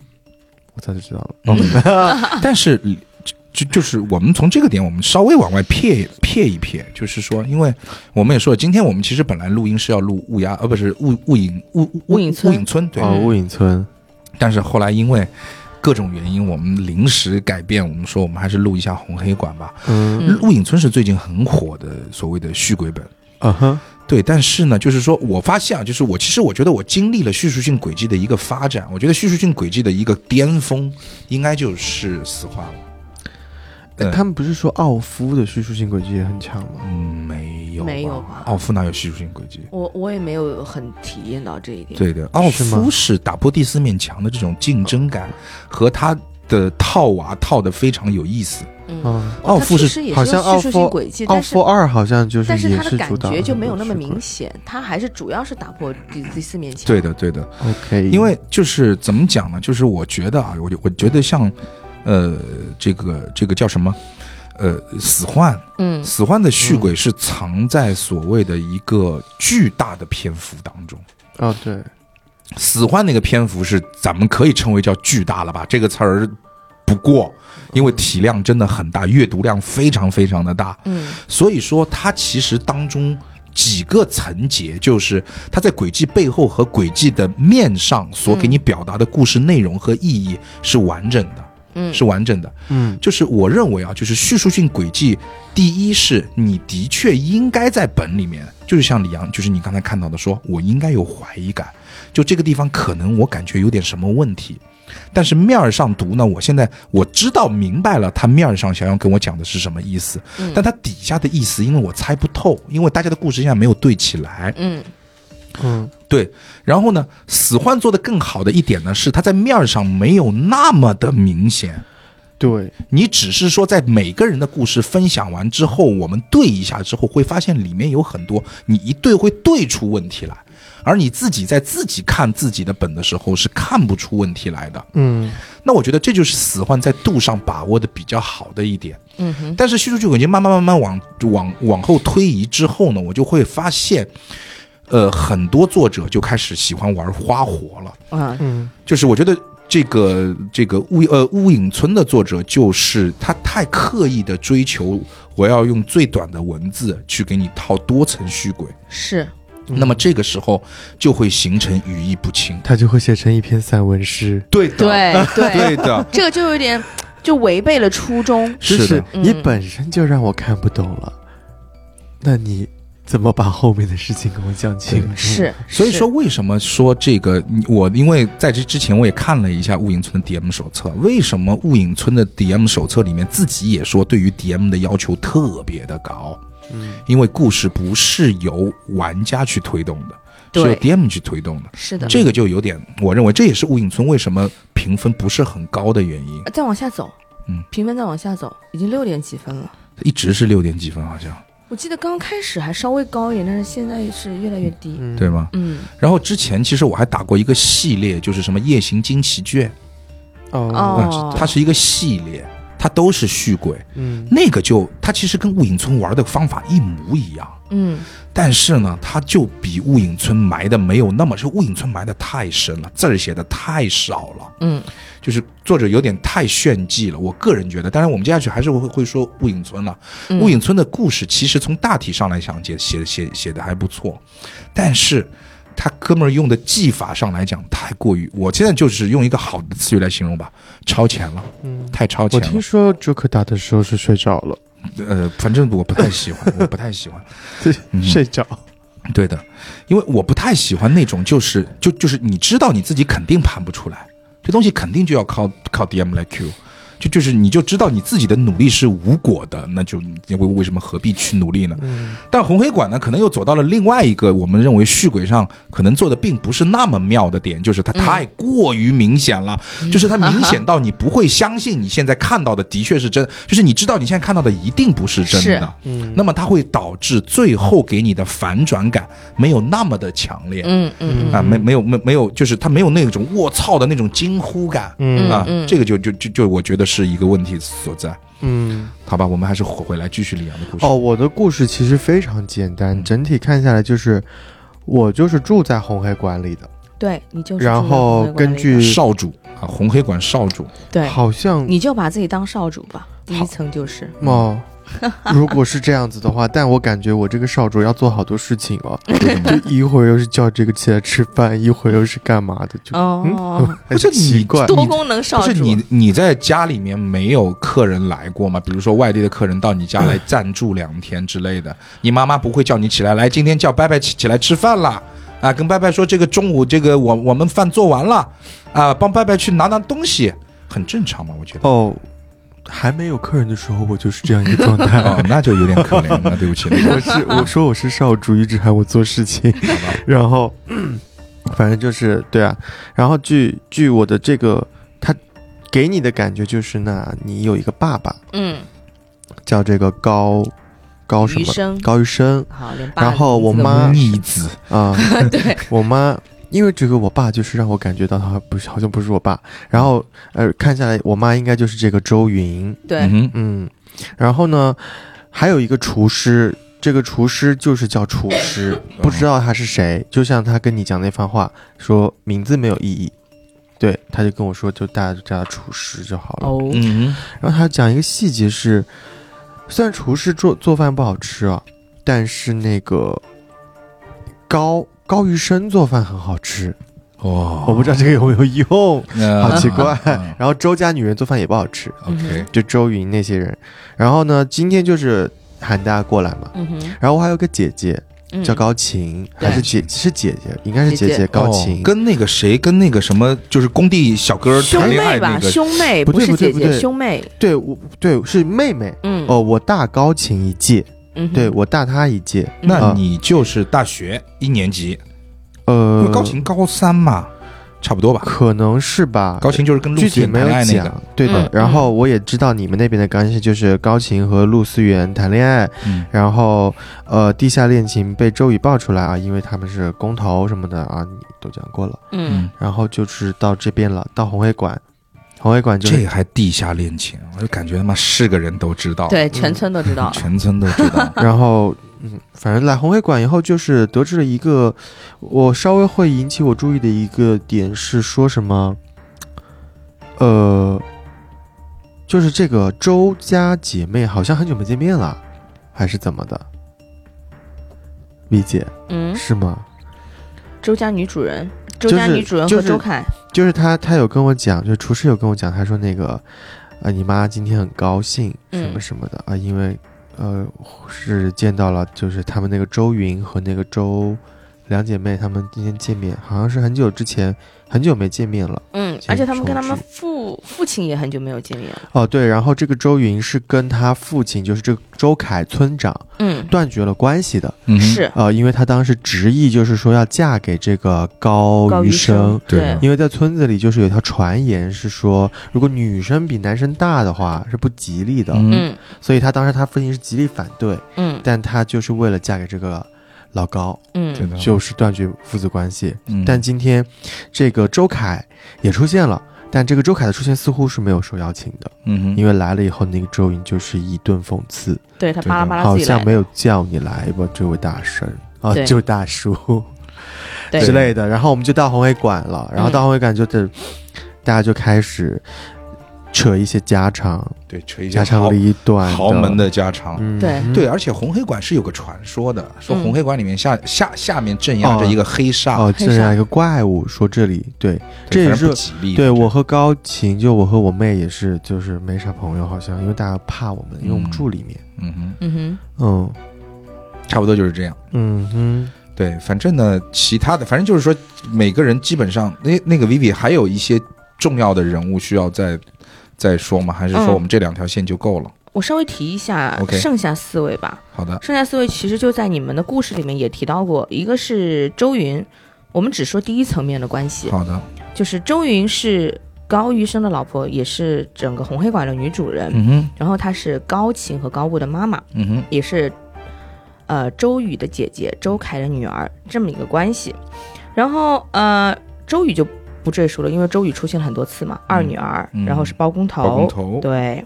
Speaker 3: 我早就知道了，
Speaker 2: 嗯
Speaker 3: 嗯
Speaker 2: 但是就就就是我们从这个点，我们稍微往外撇撇一撇，就是说，因为我们也说了，今天我们其实本来录音是要录乌鸦，呃，不是雾雾影雾
Speaker 1: 雾影村
Speaker 2: 雾影村对，
Speaker 3: 哦，雾影村，
Speaker 2: 但是后来因为。各种原因，我们临时改变，我们说我们还是录一下红黑馆吧。
Speaker 3: 嗯
Speaker 1: 嗯
Speaker 2: 录影村是最近很火的所谓的续鬼本，
Speaker 3: 啊哈，
Speaker 2: 对，但是呢，就是说我发现啊，就是我其实我觉得我经历了叙述性轨迹的一个发展，我觉得叙述性轨迹的一个巅峰，应该就是死化了。
Speaker 3: 哎
Speaker 2: 嗯
Speaker 3: 他们不是说奥夫的叙述性轨迹也很强吗？
Speaker 2: 嗯，没有，
Speaker 1: 没有吧
Speaker 2: 奥夫哪有叙述性轨迹？
Speaker 1: 我我也没有很体验到这一点，
Speaker 2: 对的，奥
Speaker 3: 是吗
Speaker 2: 夫是打破第四面墙的这种竞争感和他的套娃套的非常有意思。
Speaker 1: 嗯，
Speaker 3: 嗯。
Speaker 1: 它
Speaker 2: 奥夫
Speaker 1: 其
Speaker 2: 是
Speaker 1: 实也
Speaker 3: 好
Speaker 1: 是
Speaker 3: 像
Speaker 1: 有
Speaker 3: 奥
Speaker 1: 叙述性
Speaker 3: 夫
Speaker 1: 轨迹，
Speaker 3: 奥
Speaker 1: 但是
Speaker 3: 夫二好像就是
Speaker 1: 但是
Speaker 3: 也
Speaker 1: 他的感
Speaker 3: 主打
Speaker 1: 觉就没有
Speaker 3: 很
Speaker 1: 那么
Speaker 3: 多
Speaker 1: 明
Speaker 3: 事
Speaker 1: 显，他还是主要是打破第第四面墙，
Speaker 2: 对的，对的，
Speaker 3: 故。OK，
Speaker 2: 因为就是怎么讲呢？就是我觉得啊，我就我觉得像，呃，这个这个叫什么？呃，死幻
Speaker 1: 嗯，
Speaker 2: 死幻的续鬼是藏在所谓的一个巨大的篇幅当中。
Speaker 3: 哦对，
Speaker 2: 死幻那个篇幅是咱们可以称为叫巨大了吧？这个词儿不过，因为体量真的很大，阅读量非常非常的大，
Speaker 1: 嗯
Speaker 2: 所以说它其实当中。几个层节，就是它在轨迹背后和轨迹的面上所给你表达的故事内容和意义是完整的，
Speaker 1: 嗯，
Speaker 2: 是完整的。
Speaker 3: 嗯
Speaker 2: 就是我认为啊，就是叙述性轨迹，第一是你的确应该在本里面，就是像李阳，就是你刚才看到的说，我应该有怀疑感，就这个地方可能我感觉有点什么问题，但是面儿上读呢，我现在我知道明白了他面儿上想要跟我讲的是什么意思，
Speaker 1: 嗯
Speaker 2: 但他底下的意思，因为我猜不透，因为大家的故事现在没有对起来，
Speaker 1: 嗯
Speaker 3: 嗯
Speaker 2: 对，然后呢，死幻做的更好的一点呢，是他在面儿上没有那么的明显。
Speaker 3: 对，
Speaker 2: 你只是说在每个人的故事分享完之后，我们对一下之后，会发现里面有很多你一对会对出问题来，而你自己在自己看自己的本的时候是看不出问题来的。
Speaker 3: 嗯
Speaker 2: 那我觉得这就是死幻在度上把握的比较好的一点。
Speaker 1: 嗯哼，
Speaker 2: 但是叙述剧轨迹慢慢慢慢往往往后推移之后呢，我就会发现，呃，很多作者就开始喜欢玩花活了。
Speaker 1: 啊，
Speaker 3: 嗯
Speaker 2: 就是我觉得这个这个雾呃雾影村的作者就是他太刻意的追求，我要用最短的文字去给你套多层虚轨，
Speaker 1: 是
Speaker 3: 嗯
Speaker 2: 那
Speaker 1: 嗯
Speaker 2: 么这个时候就会形成语义不清。
Speaker 3: 他就会写成一篇散文诗。
Speaker 2: 对的，
Speaker 1: 对对，
Speaker 2: 对的，
Speaker 1: 这个就有点就违背了初衷。
Speaker 3: 就是
Speaker 2: 的，
Speaker 3: 你
Speaker 1: 嗯
Speaker 3: 本身就让我看不懂了，那你怎么把后面的事情跟我讲清楚？
Speaker 1: 是，
Speaker 2: 所以
Speaker 1: 是
Speaker 2: 说，为什么说这个？你我因为在这之前我也看了一下雾影村的 DM 手册，为什么雾影村的 DM 手册里面自己也说对于 DM 的要求特别的高？
Speaker 3: 嗯，
Speaker 2: 因为故事不是由玩家去推动的，是由
Speaker 1: 对，
Speaker 2: DM 去推动的。
Speaker 1: 是的。
Speaker 2: 这个就有点，我认为这也是雾影村为什么评分不是很高的原因，
Speaker 1: 呃再往下走，
Speaker 2: 嗯，
Speaker 1: 评分再往下走，已经六点几分了。
Speaker 2: 一直是六点几分好像，
Speaker 1: 我记得刚开始还稍微高一点，但是现在是越来越低。
Speaker 3: 嗯
Speaker 2: 对，吗？
Speaker 1: 嗯，
Speaker 2: 然后之前其实我还打过一个系列，就是什么夜行惊奇卷，
Speaker 1: 哦
Speaker 3: 哦，
Speaker 2: 嗯，它是一个系列，它都是续鬼，
Speaker 3: 嗯，
Speaker 2: 那个就它其实跟雾影村玩的方法一模一样，
Speaker 1: 嗯，
Speaker 2: 但是呢，它就比雾影村埋的没有那么，是雾影村埋的太深了，字儿写的太少了，
Speaker 1: 嗯，
Speaker 2: 就是作者有点太炫技了。我个人觉得，当然我们接下去还是会会说雾影村了。
Speaker 1: 嗯
Speaker 2: 雾影村的故事其实从大体上来讲写写写写的还不错，但是。他哥们儿用的技法上来讲太过于，我现在就是用一个好的词语来形容吧，超前了，
Speaker 3: 嗯
Speaker 2: 太超前
Speaker 3: 我
Speaker 2: 了。
Speaker 3: 听说 Joker 打的时候是睡着了，
Speaker 2: 呃，反正我不太喜欢， 我不太喜欢。嗯
Speaker 3: 睡着，
Speaker 2: 对的，因为我不太喜欢那种就是就就是你知道你自己肯定盘不出来，这东西肯定就要靠靠 DM 来 Q。就就是你就知道你自己的努力是无果的，那就为为什么何必去努力呢？
Speaker 3: 嗯
Speaker 2: 但红黑馆呢，可能又走到了另外一个我们认为续轨上可能做的并不是那么妙的点，就是它太过于明显了，就是它明显到你不会相信你现在看到的的确是真，就是你知道你现在看到的一定不是真的，
Speaker 3: 嗯
Speaker 2: 啊那么它会导致最后给你的反转感没有那么的强烈。
Speaker 1: 嗯嗯
Speaker 2: 啊，没没有没没有，就是它没有那种卧槽的那种惊呼感、
Speaker 1: 嗯
Speaker 2: 啊，
Speaker 1: 嗯
Speaker 2: 这个就就就就我觉得是一个问题所在，
Speaker 3: 嗯。
Speaker 2: 好吧，我们还是回回来继续李阳的故事。
Speaker 3: 哦，，我的故事其实非常简单，整体看下来就是，我就是住在红黑馆里的，
Speaker 1: 对你就是
Speaker 3: 然
Speaker 1: 住在
Speaker 3: 后
Speaker 1: 红黑馆
Speaker 3: 根
Speaker 1: 里
Speaker 3: 据
Speaker 2: 少主啊，红黑馆少主，
Speaker 1: 对，
Speaker 3: 好像
Speaker 1: 你就把自己当少主吧。第一
Speaker 3: 好
Speaker 1: 层就是，
Speaker 3: 哦，如果是这样子 的话，但我感觉我这个少主要做好多事情哦，就一会儿又是叫这个起来吃饭，一会儿又是干嘛的，就嗯
Speaker 1: 哦，
Speaker 3: 很
Speaker 2: 是你
Speaker 3: 哎奇怪。
Speaker 1: 多功能少
Speaker 2: 不
Speaker 1: 主
Speaker 2: 是你你在家里面没有客人来过吗？比如说外地的客人到你家
Speaker 1: 嗯
Speaker 2: 来暂住两天之类的，你妈妈不会叫你起来来，今天叫拜拜起起来吃饭啦。啊，跟拜拜说这个中午这个我我们饭做完了，啊，帮拜拜去拿拿东西，很正常嘛，我 觉得。
Speaker 3: 哦，还没有客人的时候，我就是这样一个状态。啊
Speaker 2: 哦，那就有点可怜 了，对不起，
Speaker 3: 我是我说我是少主，一直喊我做事情， 然后反正就是对啊，然后据据我的这个他给你的感觉就是呢，你有一个爸爸
Speaker 1: 嗯，
Speaker 3: 叫这个高高什
Speaker 1: 余
Speaker 3: 么
Speaker 1: 生
Speaker 3: 高玉生
Speaker 1: 好，连爸
Speaker 3: 然后
Speaker 1: 名字
Speaker 3: 我
Speaker 1: 都
Speaker 3: 妈
Speaker 1: 不认识
Speaker 2: 逆子，
Speaker 3: 啊，
Speaker 1: 对，
Speaker 3: 我妈。因为这个，我爸就是让我感觉到他不是，好像不是我爸。然后，呃，看下来，我妈应该就是这个周云，
Speaker 2: 嗯
Speaker 1: 对，
Speaker 2: 哼，
Speaker 3: 嗯，然后呢，还有一个厨师，这个厨师就是叫厨师，不知道他是谁。就像他跟你讲那番话，说名字没有意义，对，他就跟我说，就大家就叫他厨师就好了。
Speaker 1: 哦，
Speaker 2: 嗯
Speaker 3: 然后他讲一个细节是，虽然厨师做做饭不好吃啊，但是那个高高于生做饭很好吃，
Speaker 2: 哼，哦，
Speaker 3: 我不知道这个有没有用。
Speaker 2: 呃
Speaker 3: 好奇怪
Speaker 2: 嗯
Speaker 3: 然后周家女人做饭也不好吃，
Speaker 1: 嗯
Speaker 2: OK，
Speaker 3: 就周云那些人。然后呢，今天就是喊大家过来嘛。
Speaker 1: 嗯哼
Speaker 3: 然后我还有个姐姐
Speaker 1: 嗯，
Speaker 3: 叫高琴，
Speaker 1: 对
Speaker 3: 还是姐是姐姐，应该是
Speaker 1: 姐姐
Speaker 3: 姐高琴。
Speaker 2: 哦跟那个谁，跟那个什么，就是工地小哥
Speaker 1: 兄
Speaker 2: 谈恋
Speaker 1: 妹
Speaker 2: 爱那
Speaker 1: 吧，
Speaker 2: 个，
Speaker 1: 兄妹
Speaker 3: 不对
Speaker 1: 是
Speaker 3: 不对
Speaker 1: 姐
Speaker 3: 不
Speaker 1: 姐，
Speaker 3: 对
Speaker 1: 兄妹，
Speaker 3: 对，我对是妹妹。
Speaker 1: 嗯，
Speaker 3: 哦，我大高琴一届，
Speaker 1: 嗯哼，
Speaker 3: 对我大她一届。
Speaker 1: 嗯
Speaker 2: 那
Speaker 3: 啊
Speaker 2: 你就是大学一年级，因
Speaker 3: 呃
Speaker 2: 为，高琴高三嘛，差不多吧。
Speaker 3: 可能是吧，
Speaker 2: 高琴就是跟陆
Speaker 3: 啊具
Speaker 2: 思
Speaker 3: 体
Speaker 2: 远
Speaker 3: 没
Speaker 2: 谈
Speaker 3: 有
Speaker 2: 恋爱那个，
Speaker 3: 讲。对的
Speaker 1: 嗯，
Speaker 3: 然后我也知道你们那边的关系，就是高琴和陆思源谈恋爱，
Speaker 2: 嗯，
Speaker 3: 然后呃，地下恋情被周宇爆出来啊，因为他们是公投什么的啊，你都讲过了。
Speaker 1: 嗯，
Speaker 3: 然后就是到这边了，到红会馆，红会馆就是。
Speaker 2: 这还地下恋情，我就感觉他妈是个人都知道，
Speaker 1: 对，全村都知道，
Speaker 2: 全村都知道
Speaker 3: 然后，嗯，反正来红会馆以后，就是得知了一个我稍微会引起我注意的一个点是说什么，呃，就是这个周家姐妹好像很久没见面了，还是怎么的？V 姐
Speaker 1: 嗯，
Speaker 3: 是吗？
Speaker 1: 周家女主人，周
Speaker 3: 就
Speaker 1: 家
Speaker 3: 是
Speaker 1: 女主人
Speaker 3: 就
Speaker 1: 和
Speaker 3: 是
Speaker 1: 周凯，
Speaker 3: 就是他，他有跟我讲，就是厨师有跟我讲，他说那个，呃，你妈今天很高兴，什么
Speaker 1: 嗯
Speaker 3: 什么的啊、因为，呃，是见到了，就是他们那个周云和那个周两姐妹，她们今天见面，好像是很久之前，很久没见面了。
Speaker 1: 嗯，
Speaker 3: 见
Speaker 1: 而且他们跟他
Speaker 3: 重
Speaker 1: 们
Speaker 3: 聚
Speaker 1: 父父亲也很久没有见面了，
Speaker 3: 哦，对，然后这个周云是跟他父亲，就是这个周凯村长
Speaker 1: 嗯，
Speaker 3: 断绝了关系的，
Speaker 2: 嗯哼，
Speaker 1: 是
Speaker 3: 呃，因为他当时执意就是说要嫁给这个高
Speaker 1: 高
Speaker 3: 余
Speaker 1: 余生，
Speaker 2: 对
Speaker 1: 对，
Speaker 3: 因为在村子里就是有一条传言是说，如果女生比男生大的话是不吉利的，
Speaker 2: 嗯
Speaker 1: 嗯
Speaker 3: 所以他当时他父亲是极力反对，
Speaker 1: 嗯
Speaker 3: 但他就是为了嫁给这个老高，
Speaker 2: 对
Speaker 1: 嗯，
Speaker 2: 的，
Speaker 3: 就是断绝父子关系。
Speaker 2: 嗯
Speaker 3: 但今天这个周凯也出现了，但这个周凯的出现似乎是没有受邀请的，
Speaker 2: 嗯哼，
Speaker 3: 因为来了以后那个周云就是一顿讽刺，
Speaker 1: 对他
Speaker 2: 对
Speaker 1: 巴拉
Speaker 2: 的
Speaker 1: 巴拉
Speaker 3: 好
Speaker 1: 自己来
Speaker 3: 像，没有叫你来吧，这位大神啊，
Speaker 1: 对
Speaker 3: 这位大叔。
Speaker 1: 对嗯
Speaker 3: 之类的。然后我们就到红会馆了，然后到红会馆就得、大家就开始扯一些家常，
Speaker 2: 对捶一下
Speaker 3: 家长
Speaker 2: 豪
Speaker 3: 里短
Speaker 2: 豪门，的家常。
Speaker 3: 嗯，
Speaker 1: 对
Speaker 2: 对，啊而且红黑馆是有个传说的，说
Speaker 1: 嗯
Speaker 2: 红黑馆里面下下下面镇压着一个黑煞，
Speaker 3: 哦，这样一个怪物说这里对，这
Speaker 2: 对
Speaker 3: 也
Speaker 2: 反正不
Speaker 3: 是
Speaker 2: 吉利。
Speaker 3: 对我和高琴，就我和我妹也是，就是没啥朋友，好像因为大家怕我们，因为我
Speaker 2: 嗯
Speaker 3: 们住里面，
Speaker 2: 嗯哼，
Speaker 1: 嗯
Speaker 3: 嗯
Speaker 2: 差不多就是这样。
Speaker 3: 嗯哼，
Speaker 2: 对，反正呢，其他的，反正就是说，每个人基本上，那那个 Vivi 还有一些重要的人物需要再再说吗？还是说
Speaker 1: 嗯
Speaker 2: 我们这两条线就够了？
Speaker 1: 哼，我稍微提一下
Speaker 2: OK
Speaker 1: 剩下四位吧，
Speaker 2: 好的，
Speaker 1: 剩下四位其实就在你们的故事里面也提到过，一个是周云，我们只说第一层面的关系，
Speaker 2: 好的，
Speaker 1: 就是周云是高余生的老婆，也是整个红黑馆的女主人，
Speaker 2: 嗯哼，
Speaker 1: 然后她是高琴和高雾的妈妈，
Speaker 2: 嗯哼，
Speaker 1: 也是呃周宇的姐姐，周凯的女儿这么一个关系。然后呃周宇就不赘述了，因为周宇出现了很多次嘛，二女儿，
Speaker 2: 嗯
Speaker 1: 然后是包工头，
Speaker 2: 包工头，
Speaker 1: 对，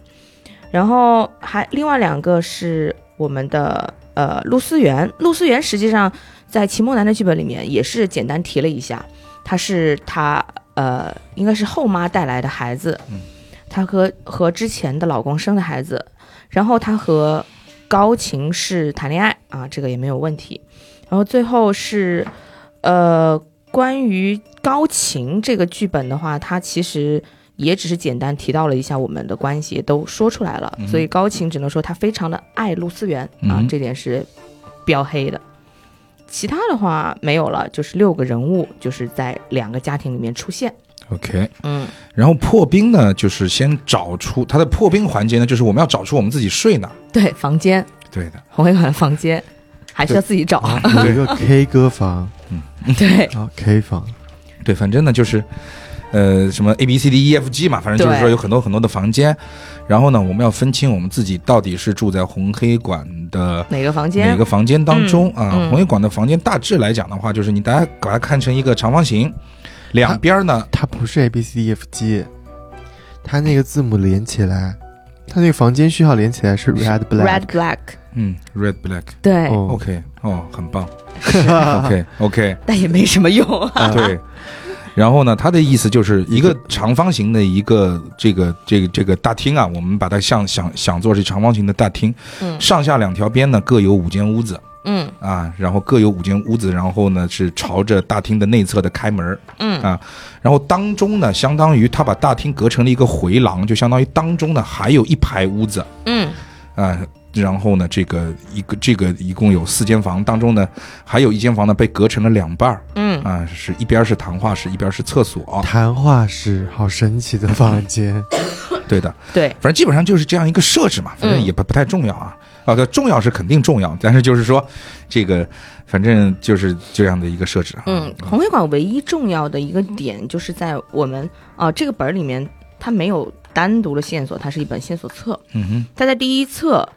Speaker 1: 然后还另外两个是我们的呃陆思源，陆思源实际上在秦梦楠的剧本里面也是简单提了一下，他是他呃应该是后妈带来的孩子，
Speaker 2: 嗯
Speaker 1: 她和和之前的老公生的孩子，然后她和高琴是谈恋爱啊，这个也没有问题，然后最后是呃关于高琴这个剧本的话，它其实。也只是简单提到了一下我们的关系，都说出来了，
Speaker 2: 嗯哼
Speaker 1: 所以高琴只能说她非常的爱陆思源、啊
Speaker 2: 嗯，
Speaker 1: 这点是标黑的。其他的话没有了，就是六个人物就是在两个家庭里面出现。
Speaker 2: OK，
Speaker 1: 嗯，
Speaker 2: 然后破冰呢，就是先找出它的破冰环节呢，就是我们要找出我们自己睡哪儿。
Speaker 1: 对，房间
Speaker 2: 对的，
Speaker 1: 红黑馆的房间还是要自己找。
Speaker 3: 有一个 K 歌房
Speaker 2: 嗯
Speaker 1: 对，
Speaker 3: 啊，K 房，
Speaker 2: 对，反正呢就是，呃，什么 A B C D E F G 嘛，反正就是
Speaker 1: 对
Speaker 2: 说有很多很多的房间。然后呢，我们要分清我们自己到底是住在红黑馆的
Speaker 1: 哪个房间？
Speaker 2: 哪个房间当中
Speaker 1: 嗯
Speaker 2: 啊。
Speaker 1: 嗯
Speaker 2: 红黑馆的房间大致来讲的话，就是你大家把它看成一个长方形，两边呢，
Speaker 3: 它不是 A B C D E F G，它那个字母连起来，它那个房间序号连起来是 Red Black。
Speaker 1: Red Black，
Speaker 2: 嗯，red black。
Speaker 1: 对，
Speaker 3: 哦
Speaker 2: OK，哦，很棒。OK OK，
Speaker 1: 但也没什么用。啊
Speaker 2: 对。然后呢，他的意思就是一个长方形的一个这个这个这个大厅啊，我们把它像想想做是长方形的大厅，
Speaker 1: 嗯
Speaker 2: 上下两条边呢各有五间屋子
Speaker 1: 嗯
Speaker 2: 啊，然后各有五间屋子，然后呢是朝着大厅的内侧的开门儿，
Speaker 1: 嗯
Speaker 2: 啊然后当中呢，相当于他把大厅隔成了一个回廊，就相当于当中呢还有一排屋子
Speaker 1: 嗯
Speaker 2: 啊。然后呢，这个一个这个一共有四间房，当中呢还有一间房呢被隔成了两半儿
Speaker 1: 嗯，
Speaker 2: 啊，是一边是谈话室，一边是厕所。
Speaker 3: 谈话室，好神奇的房间。
Speaker 1: 嗯
Speaker 2: 对的，
Speaker 1: 对，
Speaker 2: 反正基本上就是这样一个设置嘛，反
Speaker 1: 嗯
Speaker 2: 正也不不太重要啊。啊，对，重要是肯定重要，但是就是说，这个反正就是这样的一个设置啊。
Speaker 1: 嗯，红黑馆唯一重要的一个点就是在我们啊、这个本儿里面，它没有单独的线索，它是一本线索册。
Speaker 2: 嗯哼，
Speaker 1: 它在第一册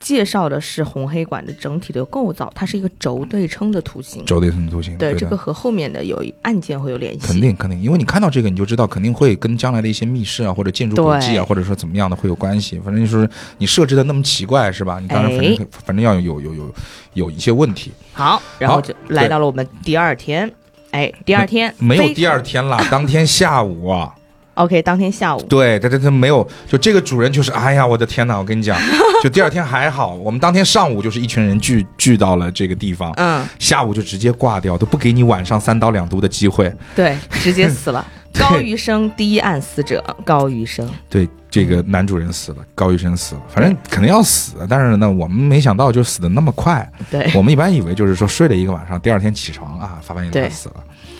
Speaker 1: 介绍的是红黑馆的整体的构造，它是一个轴对称的图形。
Speaker 2: 轴对称图形，
Speaker 1: 对，
Speaker 2: 的
Speaker 1: 这个和后面的有一案件会有联系。
Speaker 2: 肯定肯定，因为你看到这个，你就知道肯定会跟将来的一些密室啊，或者建筑轨迹
Speaker 1: 对
Speaker 2: 啊，或者说怎么样的会有关系。反正就是你设置的那么奇怪，是吧？你当然反正、
Speaker 1: 哎
Speaker 2: 反正要有有有有一些问题，
Speaker 1: 好，然后
Speaker 2: 好
Speaker 1: 就来到了我们第二天。哎，第二天
Speaker 2: 没有
Speaker 1: 非
Speaker 2: 第二天啦，当天下午啊，
Speaker 1: OK，当天下午，
Speaker 2: 对，但但他没有，就这个主人就是，哎呀，我的天哪！我跟你 讲，就第二天还好，我们当天上午就是一群人聚聚到了这个地方，
Speaker 1: 嗯，
Speaker 2: 下午就直接挂掉，都不给你晚上三刀两毒的机会。
Speaker 1: 对，直 接死了。
Speaker 2: 对
Speaker 1: 高余生第一案死者高余生，
Speaker 2: 对，这个男主人死了，高医生死了，反正肯定要死，啊但是呢，我们没想到就死的那么快。
Speaker 1: 对，
Speaker 2: 我们一般以为就是说睡了一个晚上，第二天起床啊，发现
Speaker 1: 对
Speaker 2: 他死了，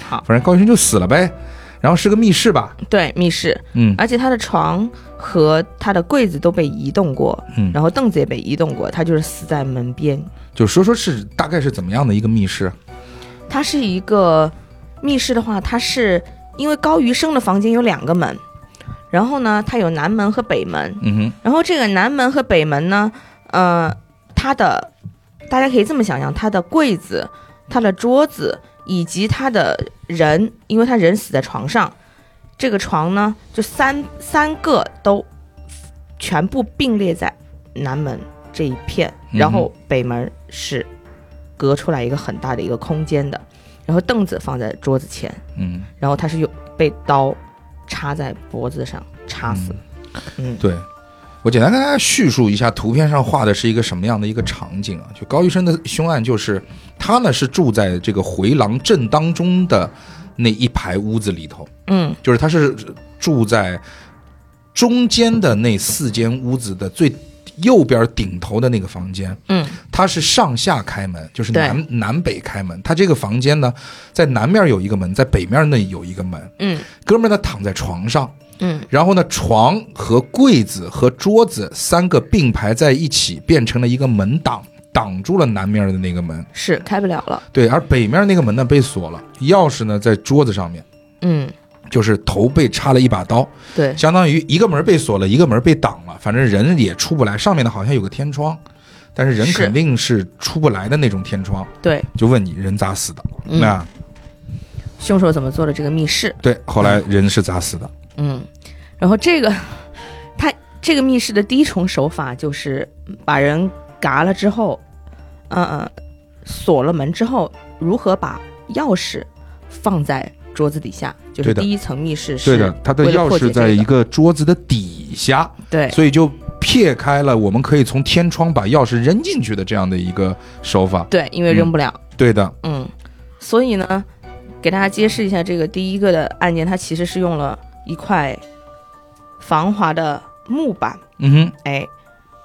Speaker 1: 好，
Speaker 2: 反正高医生就死了呗。然后是个密室吧，
Speaker 1: 对，密室，
Speaker 2: 嗯，
Speaker 1: 而且他的床和他的柜子都被移动过，
Speaker 2: 嗯
Speaker 1: 然后凳子也被移动过，他就是死在门边。
Speaker 2: 就说说是大概是怎么样的一个密室，
Speaker 1: 它是一个密室的话，它是因为高余生的房间有两个门，然后呢，它有南门和北门，
Speaker 2: 嗯哼，
Speaker 1: 然后这个南门和北门呢，呃，它的大家可以这么想象，它的柜子、它的桌子以及它的人，因为他人死在床上，这个床呢就三三个都全部并列在南门这一片，
Speaker 2: 哼
Speaker 1: 然后北门是隔出来一个很大的一个空间的，然后凳子放在桌子前，
Speaker 2: 嗯，
Speaker 1: 然后他是用被刀插在脖子上插死的，嗯
Speaker 2: 对，我简单跟大家叙述一下，图片上画的是一个什么样的一个场景啊？就高医生的凶案，就是他呢是住在这个回廊正当中的那一排屋子里头，
Speaker 1: 嗯
Speaker 2: 就是他是住在中间的那四间屋子的最右边顶头的那个房间，
Speaker 1: 嗯，
Speaker 2: 它是上下开门，就是
Speaker 1: 对
Speaker 2: 南南北开门。他这个房间呢，在南面有一个门，在北面那有一个门。
Speaker 1: 嗯
Speaker 2: 哥们儿呢躺在床上，
Speaker 1: 嗯，
Speaker 2: 然后呢，床和柜子和桌子三个并排在一起，变成了一个门挡，挡住了南面的那个门。
Speaker 1: 是开不了了。
Speaker 2: 对，而北面那个门呢被锁了，钥匙呢在桌子上面，
Speaker 1: 嗯，
Speaker 2: 就是头被插了一把刀，
Speaker 1: 对，
Speaker 2: 相当于一个门被锁了，一个门被挡了，反正人也出不来。上面呢好像有个天窗，但是人
Speaker 1: 是
Speaker 2: 肯定是出不来的那种天窗。
Speaker 1: 对，
Speaker 2: 就问你人咋死的？
Speaker 1: 嗯
Speaker 2: 那
Speaker 1: 凶手怎么做的这个密室？
Speaker 2: 对，后来人是咋死的？
Speaker 1: 嗯，然后这个 他这个密室的第一重手法就是把人嘎了之后，嗯、呃，锁了门之后，如何把钥匙放在桌子底下？就是
Speaker 2: 对的
Speaker 1: 第一层密室是
Speaker 2: 对的，他的
Speaker 1: 为了
Speaker 2: 钥
Speaker 1: 破解
Speaker 2: 匙在
Speaker 1: 这个
Speaker 2: 一个桌子的底下。
Speaker 1: 对
Speaker 2: 所以就撇开了我们可以从天窗把钥匙扔进去的这样的一个手法。
Speaker 1: 对，因为扔不了，
Speaker 2: 对的，
Speaker 1: 嗯，所以呢，给大家揭示一下这个第一个的案件，它其实是用了一块防滑的木板。
Speaker 2: 嗯
Speaker 1: 哎，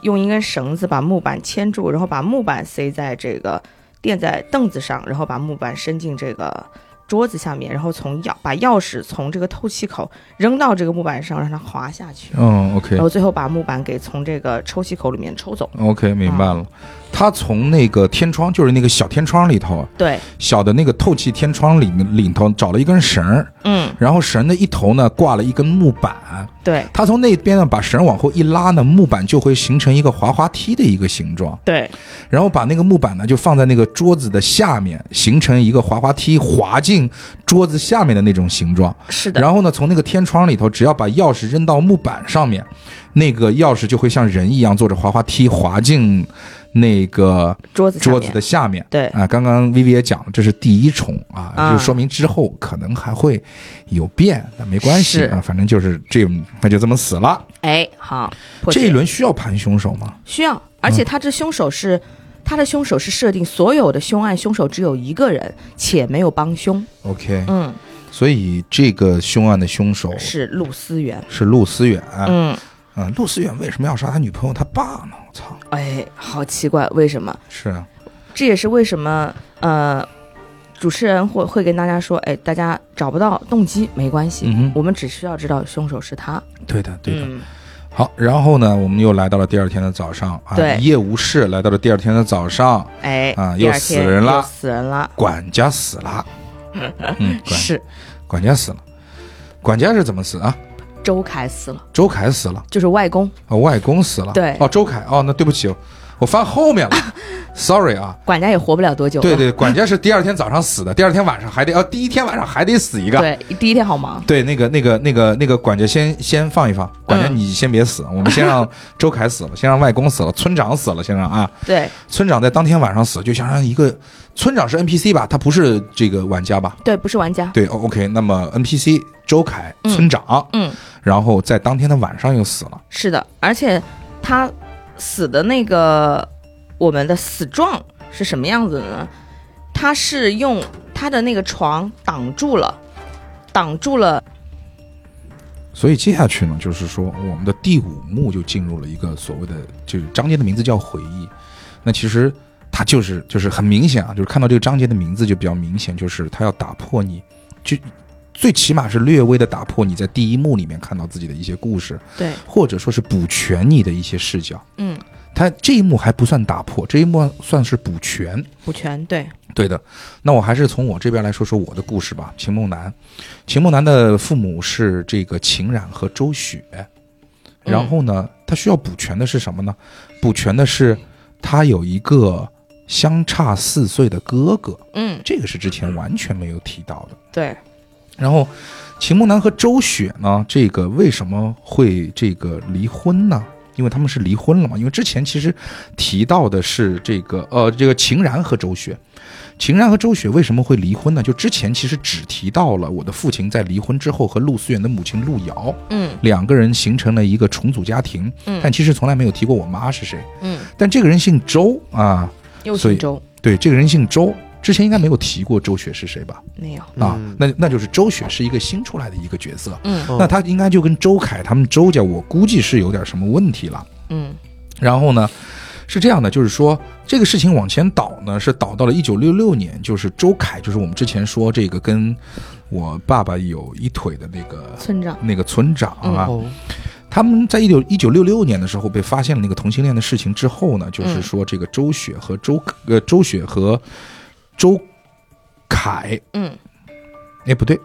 Speaker 1: 用一根绳子把木板牵住，然后把木板塞在这个垫在凳子上，然后把木板伸进这个桌子下面，然后从钥把钥匙从这个透气口扔到这个木板上，让它滑下去
Speaker 2: 哼，，嗯，OK
Speaker 1: 然后最后把木板给从这个抽气口里面抽走。
Speaker 2: OK，明白了。他从那个天窗，就是那个小天窗里头，啊
Speaker 1: 对，
Speaker 2: 小的那个透气天窗里面里头找了一根绳儿，
Speaker 1: 嗯，
Speaker 2: 然后绳的一头呢挂了一根木板。
Speaker 1: 对，
Speaker 2: 他从那边呢把绳往后一拉呢，木板就会形成一个滑滑梯的一个形状。
Speaker 1: 对，
Speaker 2: 然后把那个木板呢就放在那个桌子的下面，形成一个滑滑梯滑进桌子下面的那种形状。
Speaker 1: 是的，
Speaker 2: 然后呢，从那个天窗里头，只要把钥匙扔到木板上面，那个钥匙就会像人一样坐着滑滑梯滑进那个
Speaker 1: 桌子下
Speaker 2: 桌
Speaker 1: 面
Speaker 2: 子的下面。
Speaker 1: 对
Speaker 2: 啊，刚刚 Vivi 也讲了，这是第一重啊，
Speaker 1: 哎啊
Speaker 2: 就说明之后可能还会有变，但没关系
Speaker 1: 是
Speaker 2: 啊，反正就是这，那就这么死了。
Speaker 1: 哎，好，破
Speaker 2: 这一
Speaker 1: 解
Speaker 2: 轮需要盘凶手吗？
Speaker 1: 需要，而且他这凶手是。他的凶手是设定所有的凶案凶手只有一个人，且没有帮凶。
Speaker 2: OK，
Speaker 1: 嗯，
Speaker 2: 所以这个凶案的凶手
Speaker 1: 是陆思源。
Speaker 2: 是陆思远。
Speaker 1: 嗯，
Speaker 2: 嗯，陆思远为什么要杀他女朋友他爸呢？我操，
Speaker 1: 哎，好奇怪，为什么？
Speaker 2: 是啊，
Speaker 1: 这也是为什么呃，主持人会会跟大家说，哎，大家找不到动机没关系，
Speaker 2: 嗯哼，
Speaker 1: 我们只需要知道凶手是他。
Speaker 2: 对的，对的。
Speaker 1: 嗯，
Speaker 2: 好，然后呢，我们又来到了第二天的早上啊，
Speaker 1: 对
Speaker 2: 一夜无事，来到了第二天的早上，
Speaker 1: 哎，
Speaker 2: 啊
Speaker 1: 第
Speaker 2: 又
Speaker 1: 二
Speaker 2: 死
Speaker 1: 天
Speaker 2: 人了
Speaker 1: 又死人了，
Speaker 2: 管家死了，嗯，管
Speaker 1: 是
Speaker 2: 管家死了，管家是怎么死啊？
Speaker 1: 周凯死了，
Speaker 2: 周凯死了，
Speaker 1: 就是外公。
Speaker 2: 啊，外公死了，
Speaker 1: 对
Speaker 2: 哦，周凯，哦，那对不起，我翻后 面了，sorry 啊。
Speaker 1: 管家也活不了多久了。
Speaker 2: 对对，管家是第二天早上死的，第二天晚上还得，呃，第一天晚上还得死一个。
Speaker 1: 对，第一天好忙。
Speaker 2: 对，那个、那个、那个、那个管家先先放一放，管家
Speaker 1: 嗯
Speaker 2: 你先别死，我们 先让周凯死了，先让外公死了，村长死了，先让啊，
Speaker 1: 对
Speaker 2: 村长在当天晚上死，就想让一个村长是 NPC 吧，他不是这个玩家吧？
Speaker 1: 对，不是玩家。
Speaker 2: 对哦，OK，那么 NPC 周凯
Speaker 1: 嗯
Speaker 2: 村长，
Speaker 1: 嗯，
Speaker 2: 然后在当天的晚上又死了，
Speaker 1: 是的，而且他死的那个我们的死状是什么样子的呢？他是用他的那个床挡住了，挡住了，
Speaker 2: 所以接下去呢，就是说我们的第五幕就进入了一个所谓的，就是章节的名字叫回忆。那其实它就是就是很明显啊，就是看到这个章节的名字就比较明显，就是它要打破你，就最起码是略微的打破你在第一幕里面看到自己的一些故事，
Speaker 1: 对，
Speaker 2: 或者说是补全你的一些视角。
Speaker 1: 嗯，
Speaker 2: 它这一幕还不算打破，这一幕算是补全。
Speaker 1: 补全，对，
Speaker 2: 对的，那我还是从我这边来说说我的故事吧。秦梦楠，秦梦楠的父母是这个秦冉和周雪，然后呢，他需要补全的是什么呢？补全的是他有一个相差四岁的哥哥，
Speaker 1: 嗯，
Speaker 2: 这个是之前完全没有提到的。
Speaker 1: 对，
Speaker 2: 然后，秦梦楠和周雪呢，这个为什么会这个离婚呢？因为他们是离婚了嘛。因为之前其实提到的是这个呃，这个秦然和周雪，秦然和周雪为什么会离婚呢？就之前其实只提到了我的父亲在离婚之后和陆思远的母亲陆瑶
Speaker 1: 嗯
Speaker 2: 两个人形成了一个重组家庭，
Speaker 1: 嗯
Speaker 2: 但其实从来没有提过我妈是谁。
Speaker 1: 嗯，
Speaker 2: 但这个人姓周啊，
Speaker 1: 又
Speaker 2: 所以
Speaker 1: 姓周，
Speaker 2: 对，这个人姓周，之前应该没有提过周雪是谁吧？
Speaker 1: 没有，
Speaker 2: 啊
Speaker 3: 嗯，
Speaker 2: 那那就是周雪是一个新出来的一个角色，
Speaker 1: 嗯
Speaker 3: 哦
Speaker 2: 那他应该就跟周凯他们周家，我估计是有点什么问题了。
Speaker 1: 嗯
Speaker 2: 然后呢，是这样的，就是说这个事情往前倒呢，是倒到了一九六六年，就是周凯，就是我们之前说这个跟我爸爸有一腿的那个
Speaker 1: 村长，
Speaker 2: 那个村长啊，
Speaker 3: 哦
Speaker 2: 他们在一九一九六六年的时候被发现了那个同性恋的事情之后呢，
Speaker 1: 嗯
Speaker 2: 就是说这个周雪和周呃周雪和周凯
Speaker 1: 嗯，
Speaker 2: 哎，不对，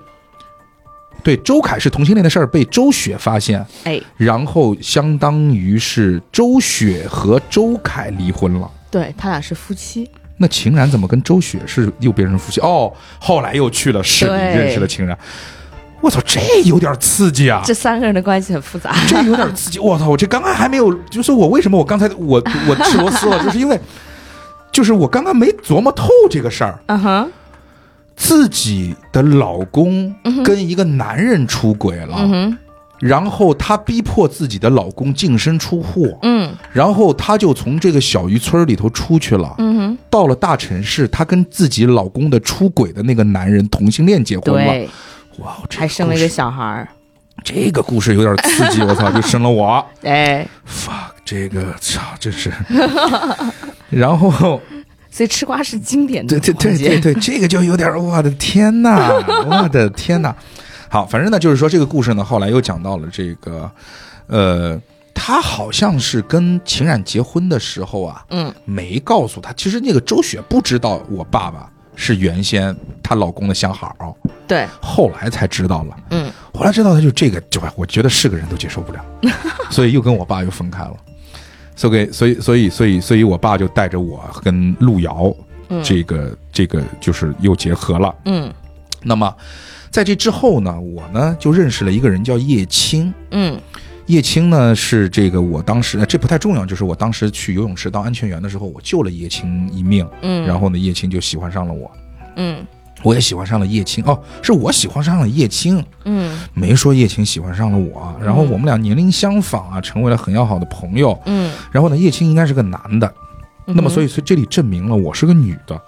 Speaker 2: 对，周凯是同性恋的事儿被周雪发现，
Speaker 1: 哎，
Speaker 2: 然后相当于是周雪和周凯离婚了。
Speaker 1: 对他俩是夫妻，
Speaker 2: 那秦然怎么跟周雪是又变成夫妻？哦，后来又去了市里
Speaker 1: 对
Speaker 2: 认识了秦然。我操，这有点刺激啊！
Speaker 1: 这三个人的关系很复杂，
Speaker 2: 这有点刺激。我操，我这刚刚还没有，就是我为什么我刚才我我吃螺丝了，就是因为 就是我刚刚没琢磨透这个事儿。
Speaker 1: 嗯哼，
Speaker 2: 自己的老公跟一个男人出轨了，
Speaker 1: 嗯哼，
Speaker 2: 然后她逼迫自己的老公净身出户，
Speaker 1: 嗯
Speaker 2: 然后她就从这个小渔村里头出去了，
Speaker 1: 嗯哼，
Speaker 2: 到了大城市，她跟自己老公的出轨的那个男人同性恋结婚了。
Speaker 1: 对，
Speaker 2: 哇，这
Speaker 1: 还
Speaker 2: 故
Speaker 1: 生了一个
Speaker 2: 事
Speaker 1: 小孩儿，
Speaker 2: 这个故事有点刺激，我操，就生了我。
Speaker 1: 哎，
Speaker 2: fuck，这个操，真是。 然后，
Speaker 1: 所以吃瓜是经典的
Speaker 2: 对对对
Speaker 1: 环节
Speaker 2: 对对，这个就有点儿，我的天呐，我的天呐。好，反正呢，就是说这个故事呢，后来又讲到了这个，呃，他好像是跟秦冉结婚的时候啊，
Speaker 1: 嗯，
Speaker 2: 没告诉他，其实那个周雪不知道我爸爸是原先她老公的相好，
Speaker 1: 对，
Speaker 2: 后来才知道了。
Speaker 1: 嗯，
Speaker 2: 后来知道他就这个，就我觉得是个人都接 受不了，所以又跟我爸又分开了。所以，所以，所以，所以，所以我爸就带着我跟路遥，
Speaker 1: 嗯
Speaker 2: 这个这个就是又结合了。
Speaker 1: 嗯
Speaker 2: 那么，在这之后呢，我呢就认识了一个人叫叶青。
Speaker 1: 嗯
Speaker 2: 叶青呢是这个我当时呃这不太重要，就是我当时去游泳池当安全员的时候，我救了叶青一命，
Speaker 1: 嗯，
Speaker 2: 然后呢叶青就喜欢上了我，
Speaker 1: 嗯
Speaker 2: 我也喜欢上了叶青。哦，是我喜欢上了叶青，
Speaker 1: 嗯
Speaker 2: 没说叶青喜欢上了我，啊然后我们俩年龄相仿啊，成为了很要好的朋友。
Speaker 1: 嗯，
Speaker 2: 然后呢，叶青应该是个男的，那么所
Speaker 1: 以
Speaker 2: 以所以这里证明了我是个女的，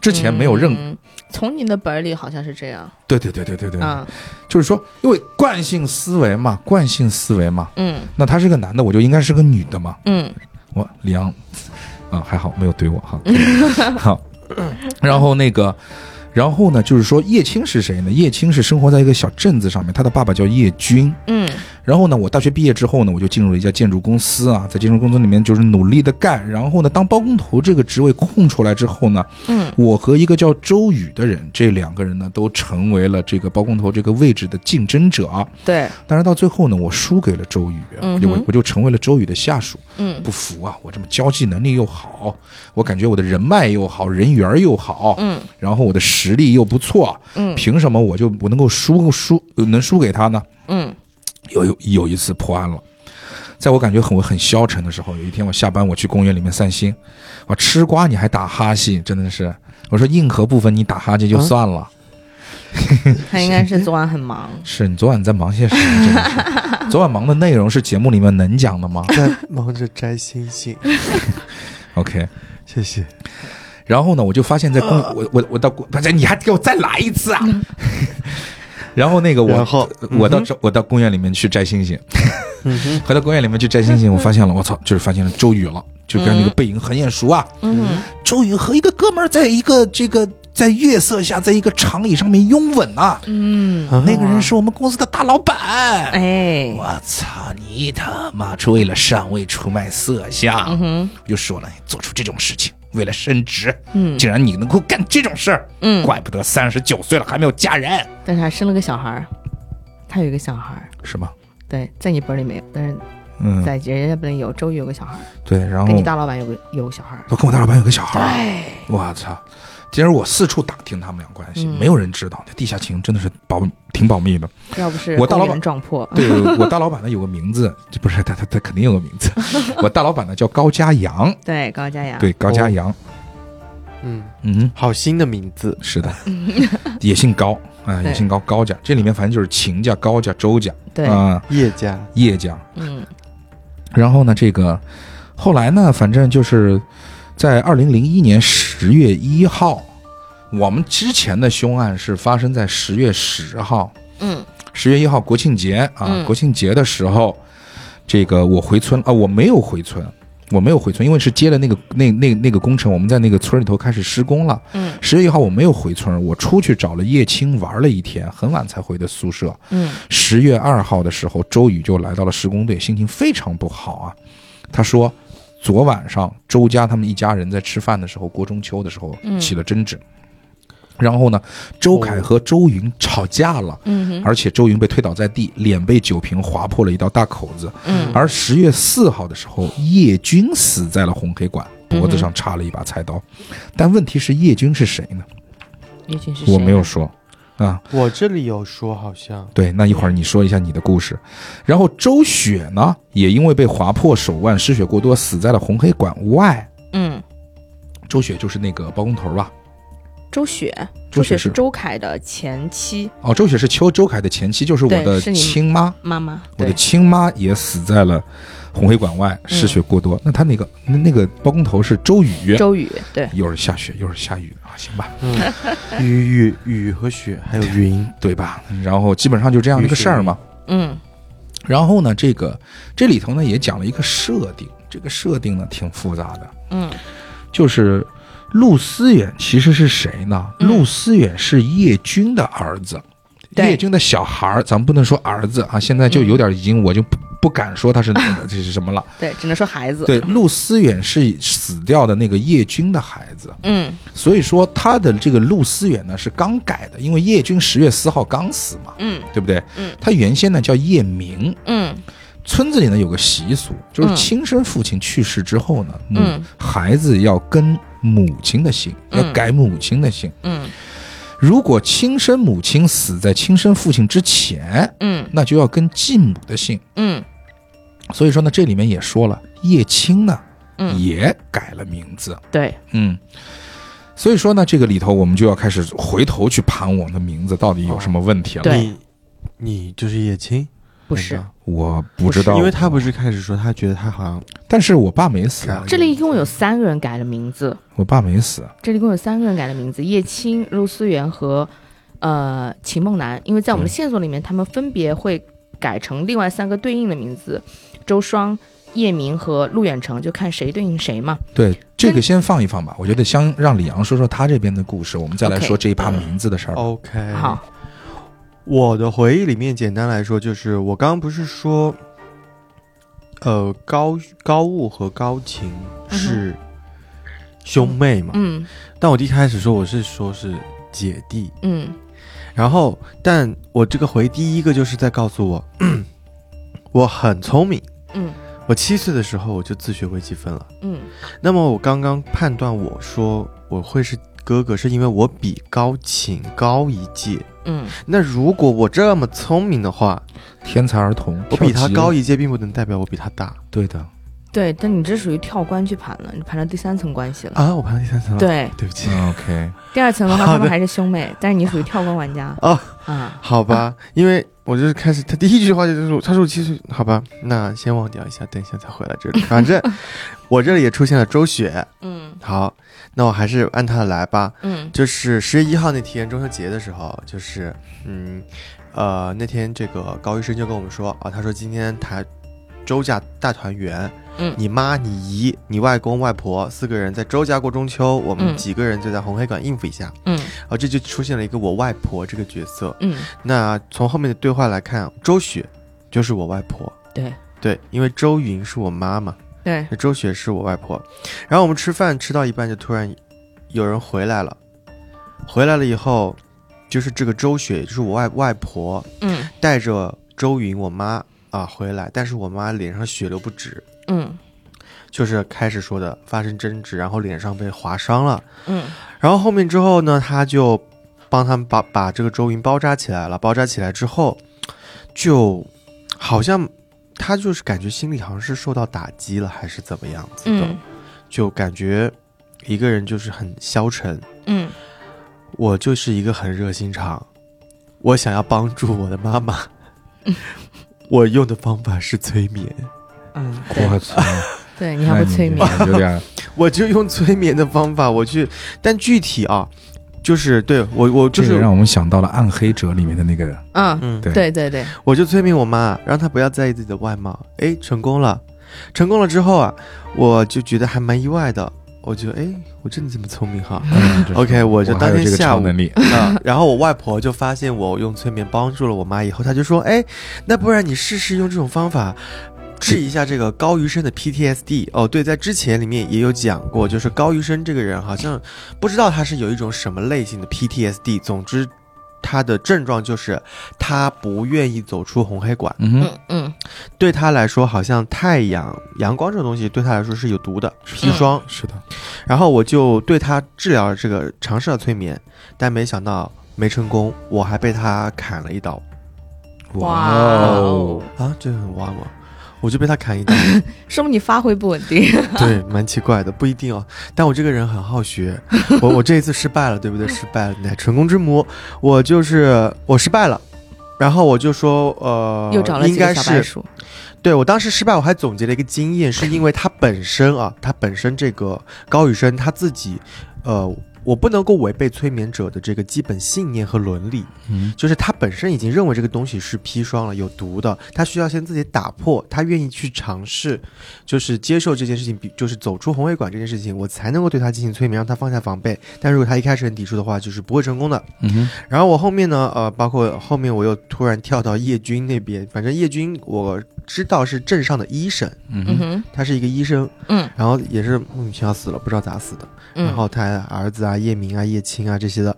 Speaker 2: 之前没有认。
Speaker 1: 嗯从你的本儿里好像是这样，
Speaker 2: 对对对对对对，
Speaker 1: 啊
Speaker 2: 就是说，因为惯性思维嘛，惯性思维嘛，
Speaker 1: 嗯
Speaker 2: 那他是个男的，我就应该是个女的嘛。
Speaker 1: 嗯
Speaker 2: 我李阳，啊，还好没有怼我哈。好，然后那个，然后呢，就是说叶青是谁呢？叶青是生活在一个小镇子上面，他的爸爸叫叶军，
Speaker 1: 嗯
Speaker 2: 然后呢，我大学毕业之后呢，我就进入了一家建筑公司啊，在建筑公司里面就是努力的干。然后呢，当包工头这个职位空出来之后呢，
Speaker 1: 嗯，
Speaker 2: 我和一个叫周宇的人，这两个人呢都成为了这个包工头这个位置的竞争者啊。
Speaker 1: 对，
Speaker 2: 但是到最后呢，我输给了周宇，啊
Speaker 1: 嗯
Speaker 2: 就我
Speaker 1: 哼
Speaker 2: 我就成为了周宇的下属。
Speaker 1: 嗯
Speaker 2: 不服啊，我这么交际能力又好，我感觉我的人脉又好，人缘儿又好，
Speaker 1: 嗯
Speaker 2: 然后我的实力又不错，
Speaker 1: 嗯
Speaker 2: 凭什么我就我能够输输呃能输给他呢？
Speaker 1: 嗯
Speaker 2: 有有有一次破案了，在我感觉很我很消沉的时候，有一天我下班我去公园里面散心，我吃瓜你还打哈欠，真的是，我说硬核部分你打哈欠就算了，
Speaker 1: 他应该是昨晚很 忙。
Speaker 2: 是你昨晚在忙些什么？真的是， 昨晚忙的内容是节目里面能讲的吗
Speaker 3: 在忙着摘星星，
Speaker 2: ？OK，
Speaker 3: 谢谢。
Speaker 2: 然后呢，我就发现在公，
Speaker 3: 呃
Speaker 2: 我我我到公，不是你还给我再来一 次啊！然后那个
Speaker 3: 然
Speaker 2: 我
Speaker 3: 后
Speaker 2: 我到这我到公园里面去摘星星，
Speaker 3: 嗯哼，
Speaker 2: 回到公园里面去摘星 星，我发现了，我操，就是发现了周宇了，就跟那
Speaker 3: 嗯
Speaker 2: 个背影很眼熟啊。
Speaker 1: 嗯
Speaker 2: 周宇和一个哥们儿在一个这个在月色下，在一个长椅上面拥吻啊，
Speaker 1: 嗯，
Speaker 3: 啊
Speaker 2: 那个人是我们公司的大老板。
Speaker 1: 哎，
Speaker 2: 我操，你他妈是为了上位出卖色相！
Speaker 1: 嗯哼，
Speaker 2: 我就说了，做出这种事情，为了升职，
Speaker 1: 嗯
Speaker 2: 竟然你能够干这种事儿，
Speaker 1: 嗯
Speaker 2: 怪不得三十九岁了还没有嫁人，
Speaker 1: 但是还生了个小孩儿，他有一个小孩儿，
Speaker 2: 是吗？
Speaker 1: 对，在你本里没有，但是
Speaker 2: 嗯，
Speaker 1: 在人家本里有，周瑜有个小孩儿，
Speaker 2: 对，然后
Speaker 1: 跟你大老板有个有个小孩儿，
Speaker 2: 我跟我大老板有个小孩儿，
Speaker 1: 对，
Speaker 2: 我操！其实我四处打听他们俩关系，
Speaker 1: 嗯
Speaker 2: 没有人知道，这地下情真的是保挺保 密的。
Speaker 1: 要不是
Speaker 2: 我大老
Speaker 1: 后
Speaker 2: 板
Speaker 1: 人撞破，
Speaker 2: 对我大老板呢有个名字， 这不是他他他肯定有个名 字，我大老板呢叫高家阳，
Speaker 1: 对，高佳雅，
Speaker 2: 对高家阳，
Speaker 3: 嗯，
Speaker 2: 嗯，
Speaker 3: 好新的名字，
Speaker 2: 是的， 也姓高啊、
Speaker 1: 嗯对
Speaker 2: 也姓高高家，这里面反正就是秦家、高家、周家
Speaker 1: 对，
Speaker 2: 啊、
Speaker 3: 叶家。
Speaker 2: 叶家，
Speaker 1: 嗯
Speaker 2: 然后呢，这个后来呢，反正就是在二零零一年十月一号，我们之前的凶案是发生在十月十号，
Speaker 1: 嗯
Speaker 2: 十月一号国庆节啊，
Speaker 1: 嗯
Speaker 2: 国庆节的时候，这个我回村啊，我没有回村。我没有回村，因为是接了那个那那那个工程，我们在那个村里头开始施工了。
Speaker 1: 嗯
Speaker 2: 十月一号我没有回村，我出去找了叶青玩了一天，很晚才回的宿舍。
Speaker 1: 嗯
Speaker 2: 十月二号的时候，周宇就来到了施工队，心情非常不好啊。他说，昨晚上周家他们一家人在吃饭的时候，过中秋的时候
Speaker 1: 嗯哦
Speaker 2: 起了争执，然后呢，周凯和周云吵架了。
Speaker 1: 嗯哼
Speaker 2: 而且周云被推倒在地，脸被酒瓶划破了一道大口子。
Speaker 1: 嗯
Speaker 2: 而十月四号的时候，叶军死在了红黑馆，脖
Speaker 1: 嗯
Speaker 2: 子
Speaker 1: 哼
Speaker 2: 上插了一把菜刀。但问题是，叶军是谁呢？
Speaker 1: 叶群是谁？
Speaker 2: 我没有，说啊。
Speaker 3: 我这里有说，好像
Speaker 2: 对，那一会儿你说一下你的故事。然后周雪呢，也因为被划破手腕，失血过多，死在了红黑馆外。
Speaker 1: 嗯，
Speaker 2: 周雪就是那个包工头吧？
Speaker 1: 周雪，
Speaker 2: 周雪
Speaker 1: 雪
Speaker 2: 是
Speaker 1: 是周凯的前妻
Speaker 2: 哦，周雪是邱周凯的前妻，就是我
Speaker 1: 对
Speaker 2: 的
Speaker 1: 是你
Speaker 2: 亲妈。
Speaker 1: 妈妈，
Speaker 2: 我
Speaker 1: 对嗯
Speaker 2: 的，亲妈也死在了红黑馆外，失血过多。那他那个那那个包工头是周宇，
Speaker 1: 周宇，对，
Speaker 2: 又是下雪又是下雨啊，行吧，
Speaker 3: 嗯， 雨雨雨和雪还有云，
Speaker 2: 对吧？然后基本上就这样一个事儿嘛。
Speaker 1: 嗯
Speaker 2: 然后呢，这个这里头呢也讲了一个设定，这个设定呢挺复杂的，
Speaker 1: 嗯
Speaker 2: 就是陆思远其实是谁呢？
Speaker 1: 嗯
Speaker 2: 陆思远是叶军的儿子，
Speaker 1: 对
Speaker 2: 叶军的小孩儿，咱们不能说儿子啊，现在就有点已经我就不不敢说他是哪个这是什么了。
Speaker 1: 对，只能说孩子，
Speaker 2: 对，陆思远是死掉的那个叶军的孩子，
Speaker 1: 嗯
Speaker 2: 所以说他的这个陆思远呢是刚改的，因为叶军十月四号刚死嘛，
Speaker 1: 嗯
Speaker 2: 对不对？
Speaker 1: 嗯，
Speaker 2: 他原先呢叫叶明，
Speaker 1: 嗯
Speaker 2: 村子里呢有个习俗，就
Speaker 1: 嗯
Speaker 2: 是亲生父亲去世之后呢，母
Speaker 1: 嗯
Speaker 2: 孩子要跟母亲的姓，
Speaker 1: 嗯
Speaker 2: 要改母亲的姓。
Speaker 1: 嗯
Speaker 2: 如果亲生母亲死在亲生父亲之前，
Speaker 1: 嗯
Speaker 2: 那就要跟继母的姓。
Speaker 1: 嗯
Speaker 2: 所以说呢，这里面也说了，叶青呢、
Speaker 1: 嗯，
Speaker 2: 也改了名字。
Speaker 1: 对，
Speaker 2: 嗯，所以说呢，这个里头我们就要开始回头去盘我们的名字到底有什么问题了。
Speaker 1: 对
Speaker 3: 你你就是叶青，
Speaker 1: 不是
Speaker 3: 难道，
Speaker 2: 我不知道，
Speaker 3: 因为他不是开始说他觉得他好像
Speaker 2: 但是我爸没死啊，
Speaker 1: 这里一共有三个人改了名字，
Speaker 2: 我爸没死。
Speaker 1: 这里一共有三个人改了名字：叶青、陆思源和呃秦梦楠。因为在我们的线索里面，他们分别会改成另外三个对应的名字：周双、叶明和陆远成，就看谁对应谁嘛。
Speaker 2: 对，这个先放一放吧。我觉得先让李阳说说他这边的故事，我们再来
Speaker 1: OK
Speaker 3: 哦
Speaker 2: 说这一趴名字的事儿吧。
Speaker 3: OK。
Speaker 1: 哎好，
Speaker 3: 我的回忆里面，简单来说就是我刚刚不是说，呃，高高悟和高晴是兄妹嘛？
Speaker 1: 嗯
Speaker 3: 但我一开始说我是说是姐弟，
Speaker 1: 嗯
Speaker 3: 然后但我这个回第一个就是在告诉我， 我很聪明。
Speaker 1: 嗯
Speaker 3: 我七岁的时候我就自学微积分了。
Speaker 1: 嗯
Speaker 3: 那么我刚刚判断我说我会是哥哥，是因为我比高晴高一届。
Speaker 1: 嗯
Speaker 3: 那如果我这么聪明的话，
Speaker 2: 天才儿童，
Speaker 3: 我比他
Speaker 2: 跳级
Speaker 3: 高
Speaker 2: 了，
Speaker 3: 一届，并不能代表我比他大
Speaker 2: 对 的，
Speaker 1: 对，但你这属于跳关去盘了，你盘到第三层关系了。
Speaker 3: 啊！我排到第三层了，，
Speaker 1: 对，
Speaker 3: 对不起，
Speaker 2: 嗯 OK，
Speaker 1: 第二层的话，
Speaker 3: 好
Speaker 1: 他
Speaker 3: 的
Speaker 1: 们还是兄妹，但是你属于跳关玩家
Speaker 3: 哦
Speaker 1: 啊，
Speaker 3: 好吧，因为我就是开始，他第一句话就是说他说我七岁，好吧，那先忘掉一下，等一下再回来这里。反正我这里也出现了周雪，
Speaker 1: 嗯
Speaker 3: 好，那我还是按他的来吧。
Speaker 1: 嗯
Speaker 3: 就是十月一号那天中秋节的时候，就是嗯，呃，那天这个高医生就跟我们说啊，他说今天台周家大团圆，
Speaker 1: 嗯
Speaker 3: 你妈、你姨、你外公、外婆四个人在周家过中秋，我们
Speaker 1: 嗯
Speaker 3: 几个人就在红黑馆应付一下。
Speaker 1: 嗯
Speaker 3: 啊，这就出现了一个我外婆这个角色。
Speaker 1: 嗯，
Speaker 3: 那从后面的对话来看，周雪就是我外婆，
Speaker 1: 对
Speaker 3: 对，因为周云是我妈妈，
Speaker 1: 对，
Speaker 3: 那周雪是我外婆。然后我们吃饭吃到一半，就突然有人回来了。回来了以后，就是这个周雪，就是我外外婆，
Speaker 1: 嗯
Speaker 3: 带着周云我妈啊回来，但是我妈脸上血流不止，
Speaker 1: 嗯
Speaker 3: 就是开始说的发生争执，然后脸上被划伤了。
Speaker 1: 嗯
Speaker 3: 然后后面之后呢，他就帮他们把把这个周云包扎起来了。包扎起来之后，就好像他就是感觉心里好像是受到打击了，还是怎么样子的，
Speaker 1: 嗯
Speaker 3: 就感觉一个人就是很消沉。
Speaker 1: 嗯
Speaker 3: 我就是一个很热心肠，我想要帮助我的 妈妈。我用的方法是催眠，
Speaker 1: 嗯，对
Speaker 2: 我操，
Speaker 1: 对，你还会催眠，
Speaker 2: 那你有点
Speaker 3: 我就用催眠的方法，我去，但具体啊，就是对我，我 就
Speaker 2: 这个
Speaker 3: 是
Speaker 2: 让，我们想到了《暗黑者》里面的那个人，
Speaker 1: 嗯，
Speaker 3: 嗯，
Speaker 2: 对。
Speaker 1: 对对对，
Speaker 3: 我就催眠我妈，让她不要在意自己的外貌。哎，成功了，成功了之后啊，我就觉得还蛮意外的。我觉得，哎，我真的这么聪明哈
Speaker 2: 嗯这是
Speaker 3: OK，我就
Speaker 2: 还
Speaker 3: 当
Speaker 2: 有
Speaker 3: 天
Speaker 2: 这个
Speaker 3: 下
Speaker 2: 超
Speaker 3: 午，
Speaker 2: 能 力，
Speaker 3: 啊，然后我外婆就发现我用催眠帮助了我妈以后，她就说，哎，那不然你试试用这种方法。治一下这个高余生的 PTSD 哦，对，在之前里面也有讲过，就是高余生这个人好像不知道他是有一种什么类型的 PTSD，总之他的症状就是他不愿意走出红黑馆，
Speaker 2: 嗯哼，
Speaker 1: 嗯嗯
Speaker 3: 对他来说，好像太阳、阳光这种东西对他来说是有毒的砒霜。
Speaker 2: 是的，
Speaker 3: 然后我就对他治疗了这个尝试了催眠，但没想到没成功，我还被他砍了一刀
Speaker 1: 哇哦
Speaker 2: 哦，
Speaker 3: 啊！这很哇吗？我就被他砍一 刀，
Speaker 1: 说明你发挥不稳定。
Speaker 3: 对，蛮奇怪的，不一定哦。但我这个人很好学，我我这一次失败了，对不对？失败了，乃成功之母。我就是我失败了，然后我就说，呃，
Speaker 1: 又找了
Speaker 3: 应
Speaker 1: 几
Speaker 3: 该
Speaker 1: 个小白
Speaker 3: 是
Speaker 1: 鼠。
Speaker 3: 对我当时失败，我还总结了一个经验，是因为他本身啊，他本身这个高宇生他自己，呃，我不能够违背催眠者的这个基本信念和伦理，
Speaker 2: 嗯，
Speaker 3: 就是他本身已经认为这个东西是砒霜了，有毒的，他需要先自己打破，他愿意去尝试，就是接受这件事情，比就是走出红黑馆这件事情，我才能够对他进行催眠，让他放下防备。但如果他一开始很抵触的话，就是不会成功的。
Speaker 2: 嗯哼，
Speaker 3: 然后我后面呢，呃，包括后面我又突然跳到叶军那边，反正叶军我知道是镇上的医生，
Speaker 2: 嗯
Speaker 1: 嗯
Speaker 2: 哼，
Speaker 1: 哼，
Speaker 3: 他是一个医生，
Speaker 1: 嗯
Speaker 3: 然后也是莫名其妙死了，不知道咋死的。
Speaker 1: 嗯，
Speaker 3: 然后他儿子啊、叶明啊、叶青啊这些的。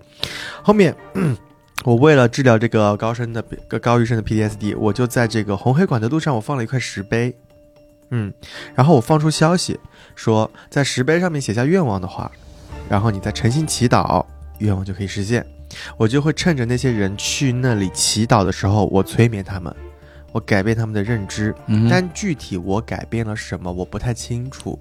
Speaker 3: 后面， 我为了治疗这个高升的高医生的 PTSD，我就在这个红黑馆的路上，我放了一块石碑，嗯，然后我放出消息说，在石碑上面写下愿望的话，然后你再诚心祈祷，愿望就可以实现。我就会趁着那些人去那里祈祷的时候，我催眠他们，我改变他们的认知。
Speaker 2: 嗯哼，
Speaker 3: 但具体我改变了什么，我不太清楚。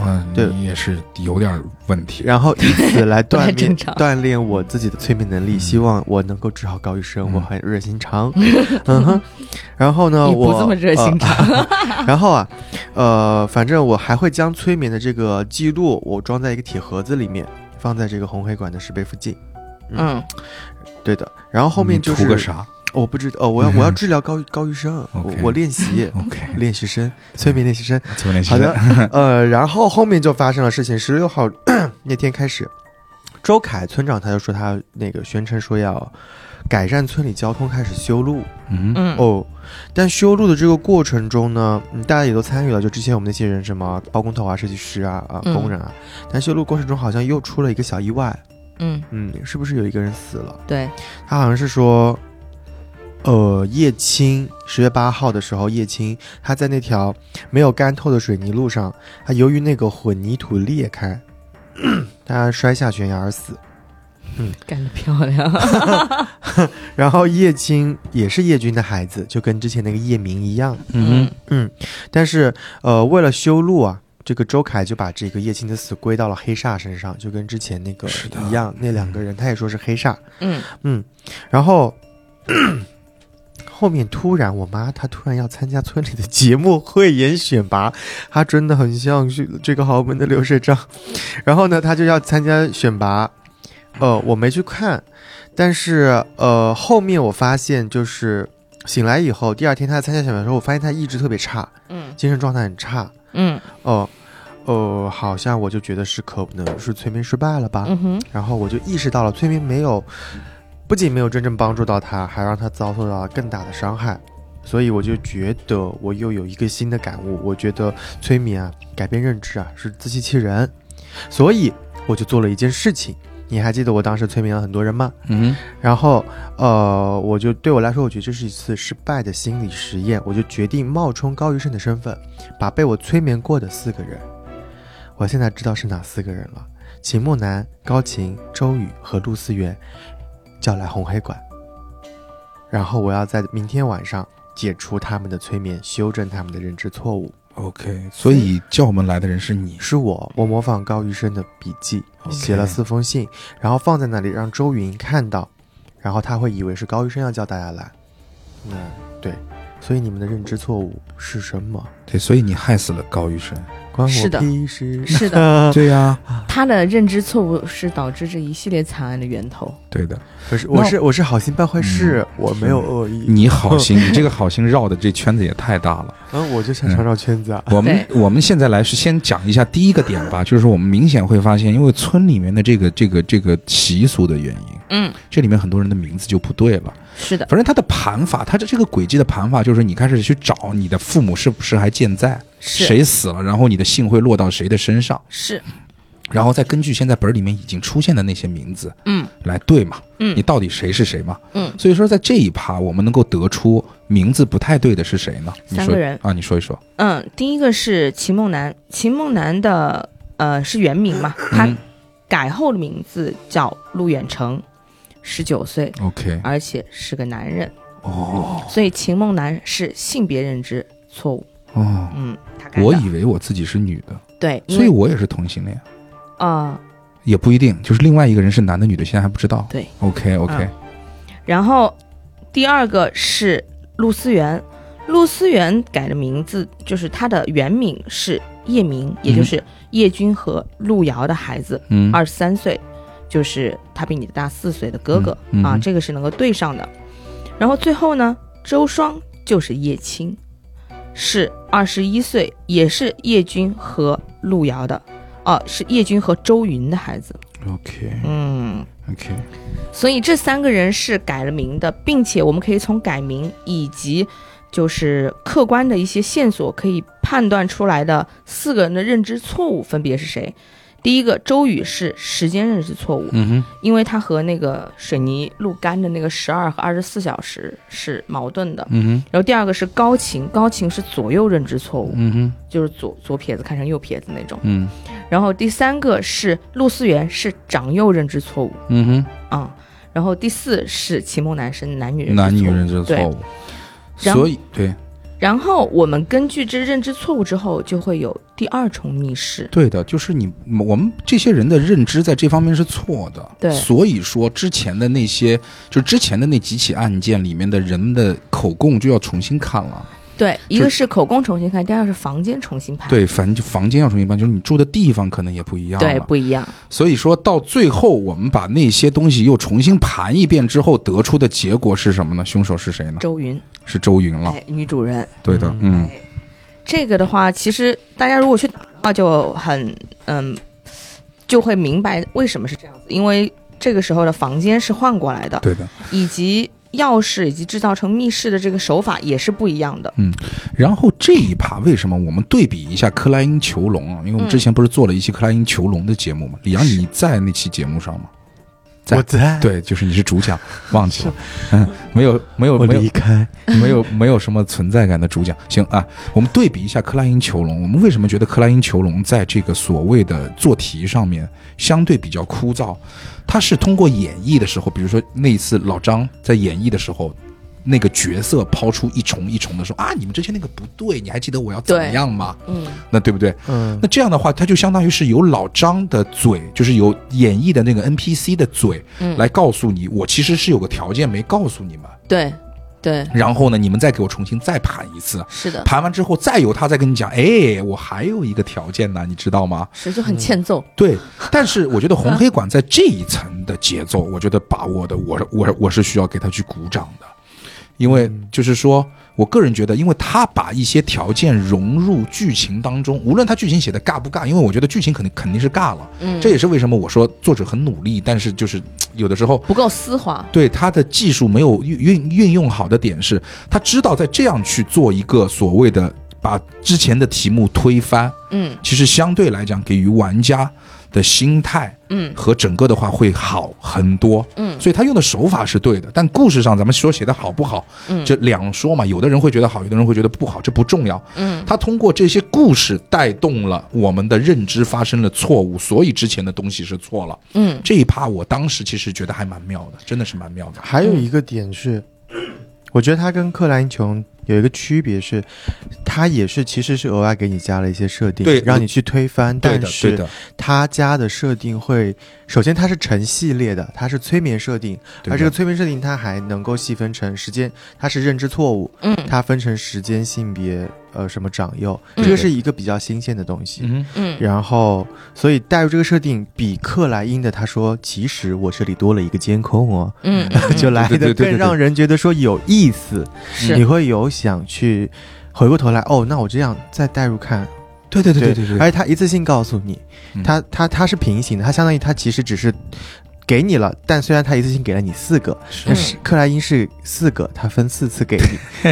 Speaker 2: 哇，
Speaker 3: 对
Speaker 2: 你嗯也是有点问题，
Speaker 3: 然后以此来
Speaker 1: 不太
Speaker 3: 锻炼
Speaker 1: 正常
Speaker 3: 锻炼我自己的催眠能力，
Speaker 2: 嗯
Speaker 3: 希望我能够治好高医生，
Speaker 2: 嗯
Speaker 3: 我很热心 肠。嗯哼，然后呢，
Speaker 1: 你不
Speaker 3: 我
Speaker 1: 这么热心肠。
Speaker 3: 呃 然后啊，呃，反正我还会将催眠的这个记录，我装在一个铁盒子里面，放在这个红黑馆的石碑附近。
Speaker 1: 嗯
Speaker 3: 对的，然后后面就
Speaker 2: 你图个
Speaker 3: 是
Speaker 2: 啥
Speaker 3: 我不知道，哦，我要我要治疗高高医生，我
Speaker 2: OK
Speaker 3: 我练 习
Speaker 2: ？OK，
Speaker 3: 练习生催眠练习生。
Speaker 2: 怎么联系？
Speaker 3: 嗯好的，呃，然后后面就发生了事情。十六号 那天开始，周凯村长他就说他那个宣称说要改善村里交通，开始修路。
Speaker 2: 嗯
Speaker 1: 嗯
Speaker 3: 哦，但修路的这个过程中呢，嗯，大家也都参与了，就之前我们那些人什么包工头啊、设计师啊、啊、
Speaker 1: 嗯
Speaker 3: 工人啊，但修路过程中好像又出了一个小意外，
Speaker 1: 嗯，
Speaker 3: 嗯，是不是有一个人死了？
Speaker 1: 对，
Speaker 3: 他好像是说，呃，叶青十月八号的时候，叶青他在那条没有干透的水泥路上，他由于那个混凝土裂开， 他摔下悬崖而死。
Speaker 1: 干得漂亮。
Speaker 3: 然后叶青也是叶军的孩子，就跟之前那个叶明一样，
Speaker 2: 嗯哼，
Speaker 3: 但是呃，为了修路啊。这个周凯就把这个叶青的死归到了黑煞身上，就跟之前那个
Speaker 2: 是的
Speaker 3: 一样，那两个人他也说是黑煞，
Speaker 1: 嗯
Speaker 3: 嗯，然后 后面突然，我妈她突然要参加村里的节目汇演选拔，她真的很像是这个豪门的流水账。然后呢，她就要参加选拔，呃，我没去看，但是呃，后面我发现就是醒来以后，第二天她参加选拔的时候，我发现她意志特别差，
Speaker 1: 嗯
Speaker 3: 精神状态很差，
Speaker 1: 嗯
Speaker 3: 哦、呃，呃，好像我就觉得是可能是催眠失败了吧，
Speaker 1: 嗯哼，
Speaker 3: 然后我就意识到了催眠没有，不仅没有真正帮助到他，还让他遭受到了更大的伤害。所以我就觉得我又有一个新的感悟，我觉得催眠啊，改变认知啊是自欺欺人。所以我就做了一件事情，你还记得我当时催眠了很多人吗？
Speaker 2: 嗯
Speaker 3: 然后，呃，我就对我来说，我觉得这是一次失败的心理实验，我就决定冒充高于胜的身份，把被我催眠过的四个人，我现在知道是哪四个人了：秦梦楠、高琴、周宇和陆思源，叫来红黑馆。然后我要在明天晚上解除他们的催眠，修正他们的认知错误。
Speaker 2: ，OK，所以叫我们来的人是你，
Speaker 3: 是我，我模仿高余生的笔记
Speaker 2: OK
Speaker 3: 写了四封信，然后放在那里让周云看到，然后他会以为是高余生要叫大家来。那对，所以你们的认知错误是什么？
Speaker 2: 对，所以你害死了高医生。
Speaker 3: 关
Speaker 1: 是
Speaker 3: 我
Speaker 1: 的
Speaker 3: 屁事！
Speaker 1: 是的，
Speaker 3: 嗯
Speaker 2: 对呀、
Speaker 1: 他的认知错误是导致这一系列惨案的源头。
Speaker 2: 对的，
Speaker 3: 可是
Speaker 2: 那
Speaker 3: 我是我是好心办坏事，我没有恶意。
Speaker 2: 你好 心，你这个好心绕的这圈子也太大了。
Speaker 3: 嗯，我就想绕绕圈子啊。
Speaker 2: 我们我们现在来是先讲一下第一个点吧，就是我们明显会发现，因为村里面的这个这个这个习俗的原因，
Speaker 1: 嗯，
Speaker 2: 这里面很多人的名字就不对了。
Speaker 1: 是的，
Speaker 2: 反正他的盘法，他的这个轨迹的盘法就是你开始去找你的父母是不是还健在，
Speaker 1: 是
Speaker 2: 谁死了，然后你的姓会落到谁的身上，
Speaker 1: 是，
Speaker 2: 然后再根据现在本儿里面已经出现的那些名字
Speaker 1: 嗯
Speaker 2: 来对嘛，
Speaker 1: 嗯
Speaker 2: 你到底谁是谁嘛？
Speaker 1: 嗯，
Speaker 2: 所以说在这一趴，我们能够得出名字不太对的是谁呢？你说
Speaker 1: 三个人
Speaker 2: 啊，你说一说。
Speaker 1: 嗯，第一个是秦梦楠，秦梦楠的呃是原名嘛，他
Speaker 2: 嗯
Speaker 1: 改后的名字叫陆远成，十九岁，
Speaker 2: OK，
Speaker 1: 而且是个男人，
Speaker 2: 哦
Speaker 1: 所以秦梦楠是性别认知错误。
Speaker 2: 哦，
Speaker 1: 嗯，大概的
Speaker 2: 我以为我自己是女的，
Speaker 1: 对，因
Speaker 2: 所以
Speaker 1: 为
Speaker 2: 我也是同性恋，
Speaker 1: 啊、
Speaker 2: 也不一定，就是另外一个人是男的女的，现在还不知道。
Speaker 1: 对
Speaker 2: ，OK OK，
Speaker 1: 嗯然后第二个是陆思源，陆思源改的名字就是他的原名是叶明，也就是叶君和陆遥的孩子，
Speaker 2: 嗯，
Speaker 1: 二十三岁，就是他比你大四岁的哥哥、
Speaker 2: 嗯嗯
Speaker 1: 啊，
Speaker 2: 哼
Speaker 1: 这个是能够对上的。然后最后呢，周双就是叶青，是二十一岁，也是叶军和陆遥的，哦、是叶军和周云的孩子。
Speaker 2: OK
Speaker 1: 嗯，
Speaker 2: OK，
Speaker 1: 所以这三个人是改了名的，并且我们可以从改名以及就是客观的一些线索可以判断出来的四个人的认知错误分别是谁。第一个，周宇是时间认知错误，
Speaker 2: 嗯哼，
Speaker 1: 因为他和那个水泥路干的那个十二和二十四小时是矛盾的。
Speaker 2: 嗯
Speaker 1: 然后第二个是高情，高情是左右认知错误
Speaker 2: 哼，，嗯哼，
Speaker 1: 就是左左撇子看成右撇子那种。
Speaker 2: 嗯
Speaker 1: 然后第三个是陆思源是长幼认知错误，
Speaker 2: 嗯
Speaker 1: 啊、然后第四是启蒙男生男女认知
Speaker 2: 哼，男女
Speaker 1: 错误
Speaker 2: 认知的错
Speaker 1: 对
Speaker 2: 误，
Speaker 1: 然后
Speaker 2: 所以对
Speaker 1: 然后我们根据这认知错误之后，就会有第二重密室。
Speaker 2: 对的，就是你我们这些人的认知在这方面是错的，
Speaker 1: 对
Speaker 2: 所以说之前的那些，就之前的那几起案件里面的人的口供就要重新看了。
Speaker 1: 对，一
Speaker 2: 就
Speaker 1: 个是口供重新看，第二个是房间重新排。
Speaker 2: 对，反正就房间要重新搬，就是你住的地方可能也不一样
Speaker 1: 对，
Speaker 2: 了
Speaker 1: 不一样。
Speaker 2: 所以说到最后，我们把那些东西又重新盘一遍之后，得出的结果是什么呢？凶手是谁呢？
Speaker 1: 周云，
Speaker 2: 是周云了。
Speaker 1: 哎，女主人。
Speaker 2: 对的，嗯
Speaker 1: 这个的话，其实大家如果去打的话，就很嗯，就会明白为什么是这样子，因为这个时候的房间是换过来的，
Speaker 2: 对的。
Speaker 1: 以及钥匙以及制造成密室的这个手法也是不一样的。
Speaker 2: 然后这一趴为什么我们对比一下克莱因囚笼啊？因为我们之前不是做了一期克莱因囚笼的节目嘛？李阳，
Speaker 1: 是
Speaker 2: 你在那期节目上吗？在
Speaker 3: 我在，，
Speaker 2: 对，就是你是主讲，忘记了，嗯，没有没有
Speaker 3: 我
Speaker 2: 没有
Speaker 3: 离开，
Speaker 2: 没有没有什么存在感的主讲。行啊，我们对比一下克莱因囚笼，我们为什么觉得克莱因囚笼在这个所谓的做题上面相对比较枯燥？它是通过演绎的时候，比如说那一次老张在演绎的时候。那个角色抛出一重一重的说啊，你们之前那个不对，你还记得我要怎么
Speaker 1: 对
Speaker 2: 样吗？
Speaker 1: 嗯，
Speaker 2: 那对不对？
Speaker 3: 嗯
Speaker 2: 那这样的话，它就相当于是由老张的嘴，就是由演绎的那个 NPC 的嘴，
Speaker 1: 嗯
Speaker 2: 来告诉你，我其实是有个条件没告诉你们，
Speaker 1: 对，对，
Speaker 2: 然后呢，你们再给我重新再盘一次，
Speaker 1: 是的，
Speaker 2: 盘完之后再由他再跟你讲，哎，我还有一个条件呢，你知道吗？
Speaker 1: 是就很欠揍。
Speaker 2: 对，但是我觉得红黑馆在这一层的节奏，我觉得把握的，我我我是需要给他去鼓掌的，因为就是说我个人觉得，因为他把一些条件融入剧情当中，无论他剧情写的尬不尬，因为我觉得剧情肯定肯定是尬了，
Speaker 1: 嗯，
Speaker 2: 这也是为什么我说作者很努力，但是就是嘖有的时候
Speaker 1: 不够丝滑。
Speaker 2: 对他的技术没有运运运用好的点是，他知道在这样去做一个所谓的把之前的题目推翻，
Speaker 1: 嗯
Speaker 2: 其实相对来讲给予玩家的心态
Speaker 1: 嗯
Speaker 2: 和整个的话会好很多。
Speaker 1: 嗯
Speaker 2: 所以他用的手法是对的，但故事上咱们说写的好不好，
Speaker 1: 嗯
Speaker 2: 这两说嘛，有的人会觉得好，有的人会觉得不好，这不重要。
Speaker 1: 嗯，
Speaker 2: 他通过这些故事带动了我们的认知发生了错误，所以之前的东西是错了。
Speaker 1: 嗯
Speaker 2: 这一趴我当时其实觉得还蛮妙的，真的是蛮妙的。
Speaker 3: 还有一个点是，我觉得它跟克莱因琼有一个区别是，它也是其实是额外给你加了一些设定，
Speaker 2: 对
Speaker 3: 让你去推翻，
Speaker 2: 对
Speaker 3: 但
Speaker 2: 的，对
Speaker 3: 是
Speaker 2: 的，
Speaker 3: 它加的设定会，首先它是成系列的，它是催眠设定，
Speaker 2: 对
Speaker 3: 而这个
Speaker 2: 的，
Speaker 3: 催眠设定它还能够细分成时间，它是认知错误，
Speaker 1: 嗯
Speaker 3: 它分成时间、性别，呃，什么长幼，
Speaker 1: 嗯
Speaker 3: 这个是一个比较新鲜的东西。
Speaker 2: 嗯，
Speaker 1: 嗯
Speaker 3: 然后，所以带入这个设定，比克莱因的他说，其实我这里多了一个监控哦，
Speaker 1: 嗯，
Speaker 3: 就来
Speaker 2: 对对
Speaker 3: 的
Speaker 2: 对对
Speaker 3: 更
Speaker 2: 对
Speaker 3: 让人觉得说有意思，你
Speaker 1: 是
Speaker 3: 会有想去回过头来哦，那我这样再带入看，
Speaker 2: 对对对
Speaker 3: 对
Speaker 2: 对哎对对，
Speaker 3: 而且他一次性告诉你
Speaker 2: 嗯，
Speaker 3: 他他他是平行的，他相当于他其实只是给你了，但虽然他一次性给了你四个，
Speaker 1: 嗯
Speaker 3: 但
Speaker 2: 嗯
Speaker 3: 是克莱因是四个，他分四次给你，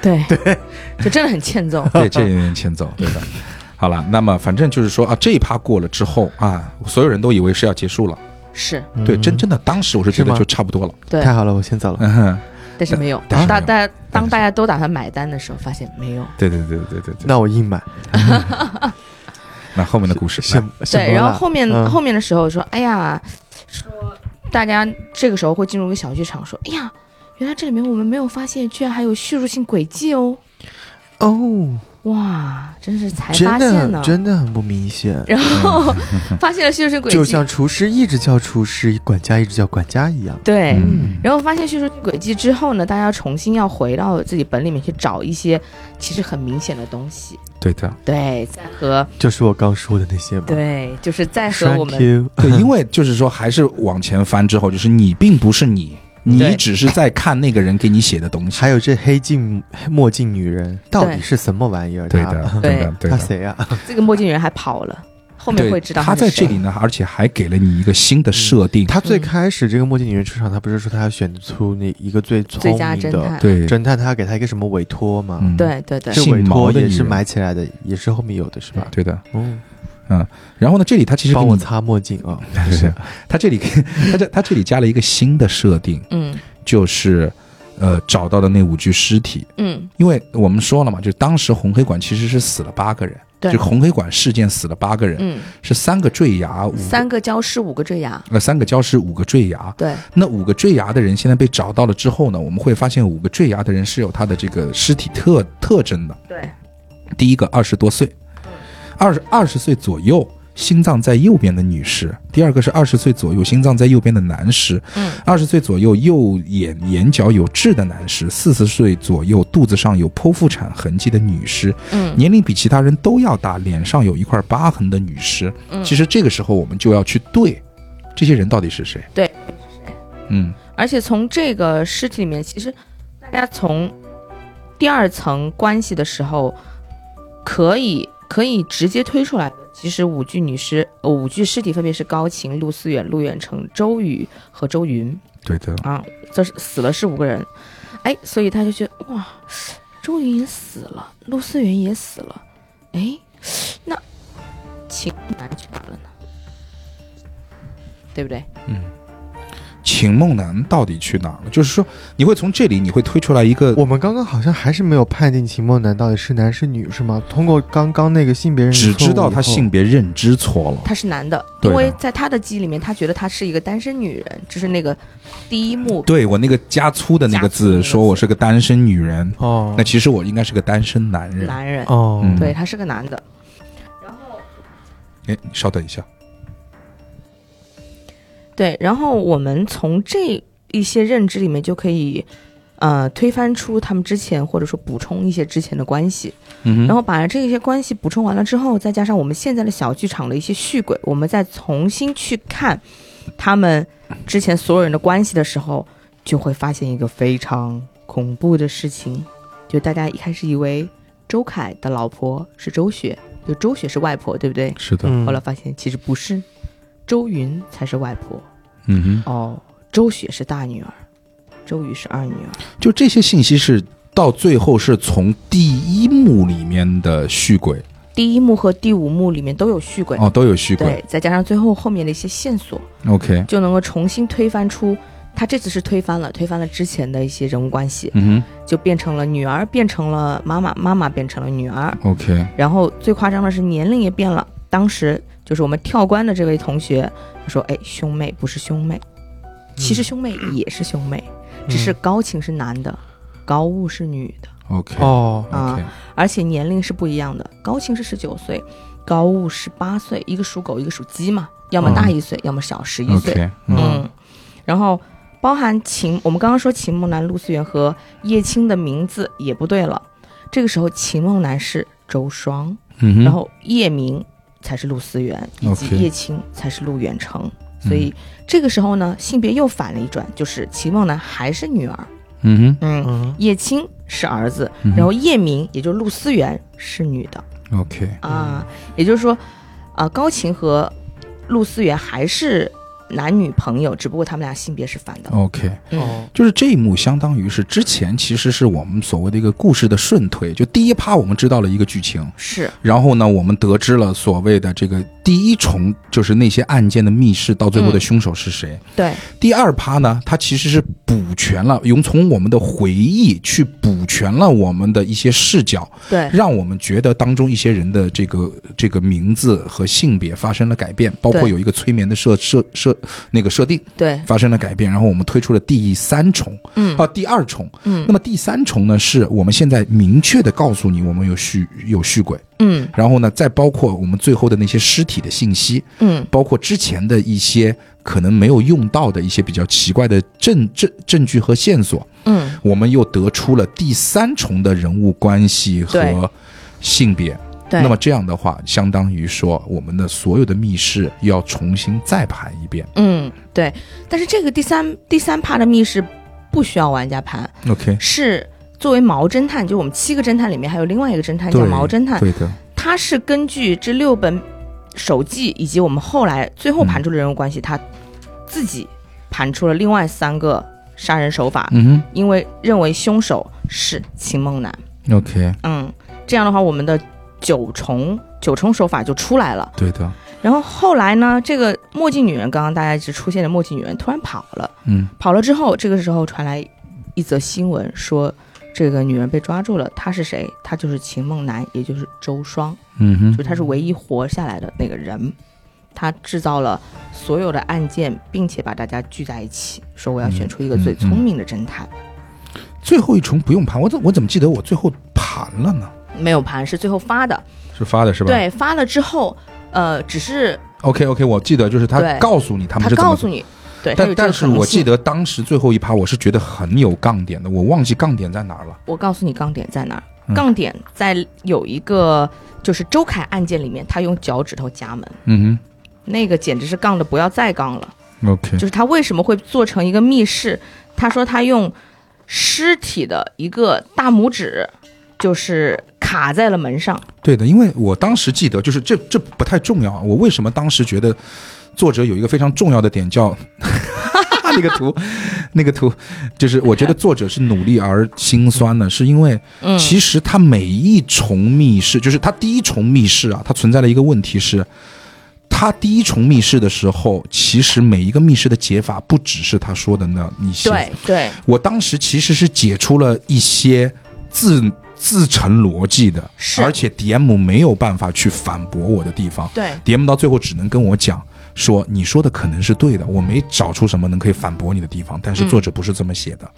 Speaker 1: 对对，就真的很欠揍。
Speaker 2: 对，这有点欠揍，对的。 好了，那么反正就是说啊，这一趴过了之后啊，所有人都以为是要结束了。
Speaker 1: 是
Speaker 2: 对，
Speaker 3: 嗯
Speaker 2: 真正的当时我是觉
Speaker 3: 是
Speaker 2: 得
Speaker 3: 吗
Speaker 2: 就差不多了。
Speaker 1: 对，
Speaker 3: 太好了，我先走了，
Speaker 2: 嗯哼，
Speaker 1: 但是没有。
Speaker 2: 但
Speaker 1: 当
Speaker 2: 是没
Speaker 1: 大
Speaker 2: 有
Speaker 1: 大
Speaker 2: 但
Speaker 1: 当
Speaker 2: 是
Speaker 1: 大家都打算买单的时候，发现没有。
Speaker 2: 对对对对对对。
Speaker 3: 那我硬买
Speaker 2: 那后面的故事，
Speaker 3: 什什么
Speaker 1: 对，然后
Speaker 3: 啦
Speaker 1: 后面、
Speaker 3: 嗯
Speaker 1: 后面的时候说，哎呀，说大家这个时候会进入一个小剧场，说，哎呀，原来这里面我们没有发现，居然还有叙述性轨迹哦，
Speaker 3: 哦，
Speaker 1: 哇，真是才
Speaker 3: 真
Speaker 1: 发
Speaker 3: 的
Speaker 1: 现
Speaker 3: 很
Speaker 1: 呢。
Speaker 3: 真的很不明显。
Speaker 1: 然后 发现了叙述性轨
Speaker 3: 就
Speaker 1: 迹，
Speaker 3: 像厨师一直叫厨师，管家一直叫管家一样，
Speaker 1: 对。
Speaker 2: 嗯，
Speaker 1: 然后发现叙述轨迹之后呢，大家重新要回到自己本里面去找一些其实很明显的东西，
Speaker 2: 对的，
Speaker 1: 对，在和
Speaker 3: 就是我刚说的那些嘛。
Speaker 1: 对，就是在和我
Speaker 3: ，Thank
Speaker 1: 们
Speaker 3: you。
Speaker 2: 对，因为就是说还是往前翻之后，就是你并不是你，你
Speaker 1: 对
Speaker 2: 只是在看那个人给你写的东西。
Speaker 3: 还有这黑镜墨镜女人到底
Speaker 1: 对
Speaker 3: 是什么玩意儿？
Speaker 2: 对
Speaker 3: 她
Speaker 2: 的，
Speaker 1: 对
Speaker 2: 的，对
Speaker 3: 她
Speaker 2: 的。
Speaker 3: 谁啊？
Speaker 1: 这个墨镜人还跑了，后面
Speaker 2: 对
Speaker 1: 会知道
Speaker 2: 他
Speaker 1: 是
Speaker 2: 在这
Speaker 1: 谁
Speaker 2: 里呢，而且还给了你一个新的设定。
Speaker 3: 她最
Speaker 1: 嗯
Speaker 3: 开始这个墨镜女人出场，她不是说她要选出那一个最聪
Speaker 1: 最
Speaker 3: 明
Speaker 1: 佳
Speaker 3: 的
Speaker 1: 侦探，
Speaker 2: 对，
Speaker 3: 侦探，她要给她一个什么委托嘛？
Speaker 2: 嗯，
Speaker 1: 对对对，
Speaker 3: 这
Speaker 2: 姓
Speaker 3: 委
Speaker 2: 毛
Speaker 3: 托
Speaker 2: 的
Speaker 3: 也
Speaker 2: 女
Speaker 3: 是
Speaker 2: 人
Speaker 3: 买起来的，也是后面有的是吧？
Speaker 2: 对嗯的。
Speaker 3: 嗯，
Speaker 2: 然后呢，这里他其实给
Speaker 3: 帮
Speaker 2: 你
Speaker 3: 我 擦墨镜啊，
Speaker 2: 对
Speaker 3: 是
Speaker 2: 对，他这里 他这他这里加了一个新的设定，
Speaker 1: 嗯。
Speaker 2: 就是呃找到的那五具尸体，
Speaker 1: 嗯，
Speaker 2: 因为我们说了嘛，就当时红黑馆其实是死了八个人，
Speaker 1: 对
Speaker 2: 就红黑馆事件死了八个人，
Speaker 1: 嗯，
Speaker 2: 是三个坠崖，五个
Speaker 1: 三个礁石，五个坠崖，
Speaker 2: 呃三个礁石，五个坠崖。
Speaker 1: 对，
Speaker 2: 那五个坠崖的人现在被找到了之后呢，我们会发现五个坠崖的人是有他的这个尸体特特征的。
Speaker 1: 对，嗯
Speaker 2: 第一个二十多岁，二十二十岁左右。心脏在右边的女士，第二个是二十岁左右心脏在右边的男士，
Speaker 1: 嗯
Speaker 2: 二十岁左右右眼眼角有痣的男士，四十岁左右肚子上有剖腹产痕迹的女士，
Speaker 1: 嗯
Speaker 2: 年龄比其他人都要大，脸上有一块疤痕的女士。
Speaker 1: 嗯，
Speaker 2: 其实这个时候我们就要去对，这些人到底是谁？
Speaker 1: 对，
Speaker 2: 嗯，
Speaker 1: 而且从这个尸体里面，其实大家从第二层关系的时候，可以可以直接推出来的，其实五具女尸，呃五具尸体分别是高琴、陆思远、陆远成、周宇和周云。
Speaker 2: 对的，
Speaker 1: 啊，这是死了是五个人，哎，所以他就觉得哇，周云也死了，陆思源也死了，哎，那秦南去哪了呢？对不对？
Speaker 2: 秦梦楠到底去哪儿了？就是说，你会从这里你会推出来一个
Speaker 3: 我们刚刚好像还是没有判定秦梦楠到底是男是女，是吗？通过刚刚那个性别认识
Speaker 2: 只知道他
Speaker 3: 错误以后
Speaker 2: 性别认知错了。
Speaker 1: 他是男的，
Speaker 2: 对
Speaker 1: 因
Speaker 2: 的
Speaker 1: 为在他的记忆里面，他觉得他是一个单身女人，这是那个第一幕
Speaker 2: 对我那个加粗的那个
Speaker 1: 加粗的那个字
Speaker 2: 字，说我是个单身女人，
Speaker 3: 哦，
Speaker 2: 那其实我应该是个单身男人。
Speaker 1: 男人，
Speaker 3: 哦，
Speaker 2: 嗯
Speaker 1: 对，他是个男的。
Speaker 2: 哎，你稍等一下，
Speaker 1: 对，然后我们从这一些认知里面就可以，呃，推翻出他们之前或者说补充一些之前的关系，
Speaker 2: 嗯
Speaker 1: 然后把这些关系补充完了之后，再加上我们现在的小剧场的一些续轨，我们再重新去看他们之前所有人的关系的时候，就会发现一个非常恐怖的事情，就大家一开始以为周凯的老婆是周雪，就周雪是外婆，对不对？
Speaker 2: 是的，
Speaker 3: 嗯
Speaker 1: 后来发现其实不是，周云才是外婆。
Speaker 2: 嗯哼，
Speaker 1: 哦，周雪是大女儿，周瑜是二女儿。
Speaker 2: 就这些信息是到最后是从第一幕里面的续轨
Speaker 1: 第一幕和第五幕里面都有续轨，
Speaker 2: 哦，都有续轨。
Speaker 1: 对，再加上最后后面的一些线索，
Speaker 2: OK，
Speaker 1: 就能够重新推翻出。他这次是推翻了，推翻了之前的一些人物关系，
Speaker 2: 嗯
Speaker 1: 就变成了女儿变成了妈妈，妈妈变成了女儿，
Speaker 2: 哼，OK，
Speaker 1: 然后最夸张的是年龄也变了。当时就是我们跳关的这位同学他说：“哎，兄妹不是兄妹，其实兄妹也是兄妹，只是高晴是男的，高悟是女的。”啊
Speaker 2: OK，
Speaker 3: 哦，
Speaker 2: 嗯 OK，
Speaker 1: 而且年龄是不一样的，高晴是十九岁，高悟十八岁，一个属狗，一个属鸡嘛，要么大一岁，要么小十一岁。
Speaker 2: 嗯 OK，嗯
Speaker 1: 嗯，然后包含秦，我们刚刚说秦梦楠、陆思源和叶青的名字也不对了，这个时候秦梦楠是周双，
Speaker 2: 嗯哼，
Speaker 1: 然后叶明才是陆思源，以及
Speaker 2: OK 嗯
Speaker 1: 叶青才是陆远成。所以这个时候呢，性别又反了一转，就是秦梦楠还是女儿，
Speaker 2: 嗯
Speaker 1: 嗯，
Speaker 3: 嗯，
Speaker 1: 叶青是儿子，
Speaker 2: 哼，
Speaker 1: 然后叶明也就是陆思源是女的。
Speaker 2: 嗯 OK，
Speaker 1: 啊，
Speaker 2: 嗯
Speaker 1: 也就是说，啊、高琴和陆思源还是男女朋友，只不过他们俩性别是反的。
Speaker 2: OK，
Speaker 1: 嗯，
Speaker 3: 哦，
Speaker 2: 就是这一幕，相当于是之前其实是我们所谓的一个故事的顺推。就第一趴，我们知道了一个剧情，
Speaker 1: 是
Speaker 2: 然后呢，我们得知了所谓的这个第一重，就是那些案件的密室到最后的
Speaker 1: 嗯
Speaker 2: 凶手是谁。
Speaker 1: 对，
Speaker 2: 第二趴呢，它其实是补全了，用从我们的回忆去补全了我们的一些视角，
Speaker 1: 对，
Speaker 2: 让我们觉得当中一些人的这个这个名字和性别发生了改变，包括
Speaker 1: 对
Speaker 2: 有一个催眠的设设设那个设定
Speaker 1: 对，
Speaker 2: 发生了改变，然后我们推出了第三重。
Speaker 1: 嗯
Speaker 2: 啊，第二重。
Speaker 1: 嗯
Speaker 2: 那么第三重呢，是我们现在明确的告诉你，我们有续有续轨，
Speaker 1: 嗯
Speaker 2: 然后呢，再包括我们最后的那些尸体的信息，
Speaker 1: 嗯，
Speaker 2: 包括之前的一些可能没有用到的一些比较奇怪的证证证据和线索，
Speaker 1: 嗯，
Speaker 2: 我们又得出了第三重的人物关系
Speaker 1: 对
Speaker 2: 和性别。
Speaker 1: 对。
Speaker 2: 那么这样的话，相当于说我们的所有的密室要重新再盘一遍。
Speaker 1: 嗯，对，但是这个第三第三趴的密室不需要玩家盘，
Speaker 2: OK，
Speaker 1: 是作为毛侦探，就是我们七个侦探里面还有另外一个侦探叫
Speaker 2: 对
Speaker 1: 毛侦探，啊
Speaker 2: 对的，
Speaker 1: 他是根据这六本手记以及我们后来最后
Speaker 2: 嗯
Speaker 1: 盘出的人物关系，他自己盘出了另外三个杀人手法，
Speaker 2: 嗯
Speaker 1: 因为认为凶手是秦梦楠。
Speaker 2: 哼，OK，
Speaker 1: 嗯，这样的话，我们的九重九重手法就出来了。
Speaker 2: 对的，
Speaker 1: 然后后来呢，这个墨镜女人，刚刚大家一直出现的墨镜女人突然跑了，
Speaker 2: 嗯
Speaker 1: 跑了之后，这个时候传来一则新闻说。这个女人被抓住了，她是谁？她就是秦梦楠，也就是周双。
Speaker 2: 嗯哼
Speaker 1: 就。他是唯一活下来的那个人，他制造了所有的案件，并且把大家聚在一起，说我要选出一个最聪明的侦探。
Speaker 2: 最后一重不用盘，我怎我怎么记得我最后盘了呢？
Speaker 1: 没有盘是最后发的，
Speaker 2: 是发的是吧？
Speaker 1: 对，发了之后，呃，只是
Speaker 2: ，OK OK，我记得就是他
Speaker 1: 对
Speaker 2: 告诉你他
Speaker 1: 他
Speaker 2: 们是怎么
Speaker 1: 告
Speaker 2: 做
Speaker 1: 诉，你，对，他有这个
Speaker 2: 但但
Speaker 1: 可
Speaker 2: 是
Speaker 1: 能
Speaker 2: 我
Speaker 1: 性
Speaker 2: 记，得当时最后一趴我是觉得很有杠点的，我忘记杠点在哪儿了。
Speaker 1: 我告诉你杠点在哪儿，
Speaker 2: 嗯
Speaker 1: 杠点在有一个就是周凯案件里面，他用脚趾头夹门，
Speaker 2: 嗯
Speaker 1: 那个简直是杠的不要再杠了。
Speaker 2: 哼，OK，
Speaker 1: 就是他为什么会做成一个密室？他说他用尸体的一个大拇指，就是卡在了门上。
Speaker 2: 对的，因为我当时记得，就是这这不太重要啊。我为什么当时觉得作者有一个非常重要的点叫 那个图， 那个图，就是我觉得作者是努力而心酸的，是因为
Speaker 1: 嗯，
Speaker 2: 其实他每一重密室，就是他第一重密室啊，它存在的一个问题是，他第一重密室的时候，其实每一个密室的解法不只是他说的那一些。
Speaker 1: 对对，
Speaker 2: 我当时其实是解出了一些自自成逻辑的，
Speaker 1: 是
Speaker 2: 而且 DM 没有办法去反驳我的地方。
Speaker 1: 对
Speaker 2: DM 到最后只能跟我讲说，你说的可能是对的，我没找出什么能可以反驳你的地方，但
Speaker 1: 嗯
Speaker 2: 是作者不是这么写的。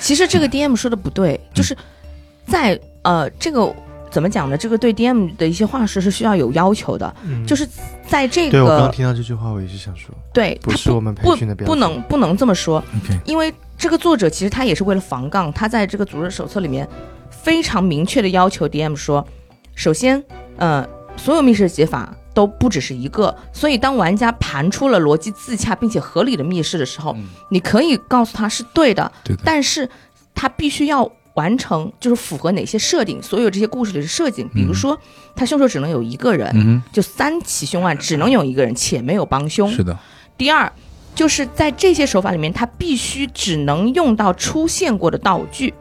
Speaker 1: 其实这
Speaker 3: 嗯
Speaker 1: 个 DM 说的不对，就是在呃这个怎么讲呢？这个对 DM 的一些话术是需要有要求的，就是在这
Speaker 3: 嗯对我刚
Speaker 1: 个
Speaker 3: 听到这句话，我也是想说，
Speaker 1: 对
Speaker 3: 不
Speaker 1: 他
Speaker 3: 是我们培
Speaker 1: 不
Speaker 3: 训的标
Speaker 1: 不
Speaker 3: 准
Speaker 1: 能不能这么说，
Speaker 2: OK，
Speaker 1: 因为这个作者其实他也是为了防杠，他在这个组织手册里面非常明确的要求 DM 说，首先，呃，所有密室解法都不只是一个，所以当玩家盘出了逻辑自洽并且合理的密室的时候，
Speaker 2: 嗯
Speaker 1: 你可以告诉他是对的，
Speaker 2: 对的，
Speaker 1: 但是他必须要。完成就是符合哪些设定，所有这些故事里的设定，比如说他凶手只能有一个人，
Speaker 2: 嗯
Speaker 1: 就三起凶案只能有一个人，且没有帮凶
Speaker 2: 哼，。是的，
Speaker 1: 第二，就是在这些手法里面，它必须只能用到出现过的道具，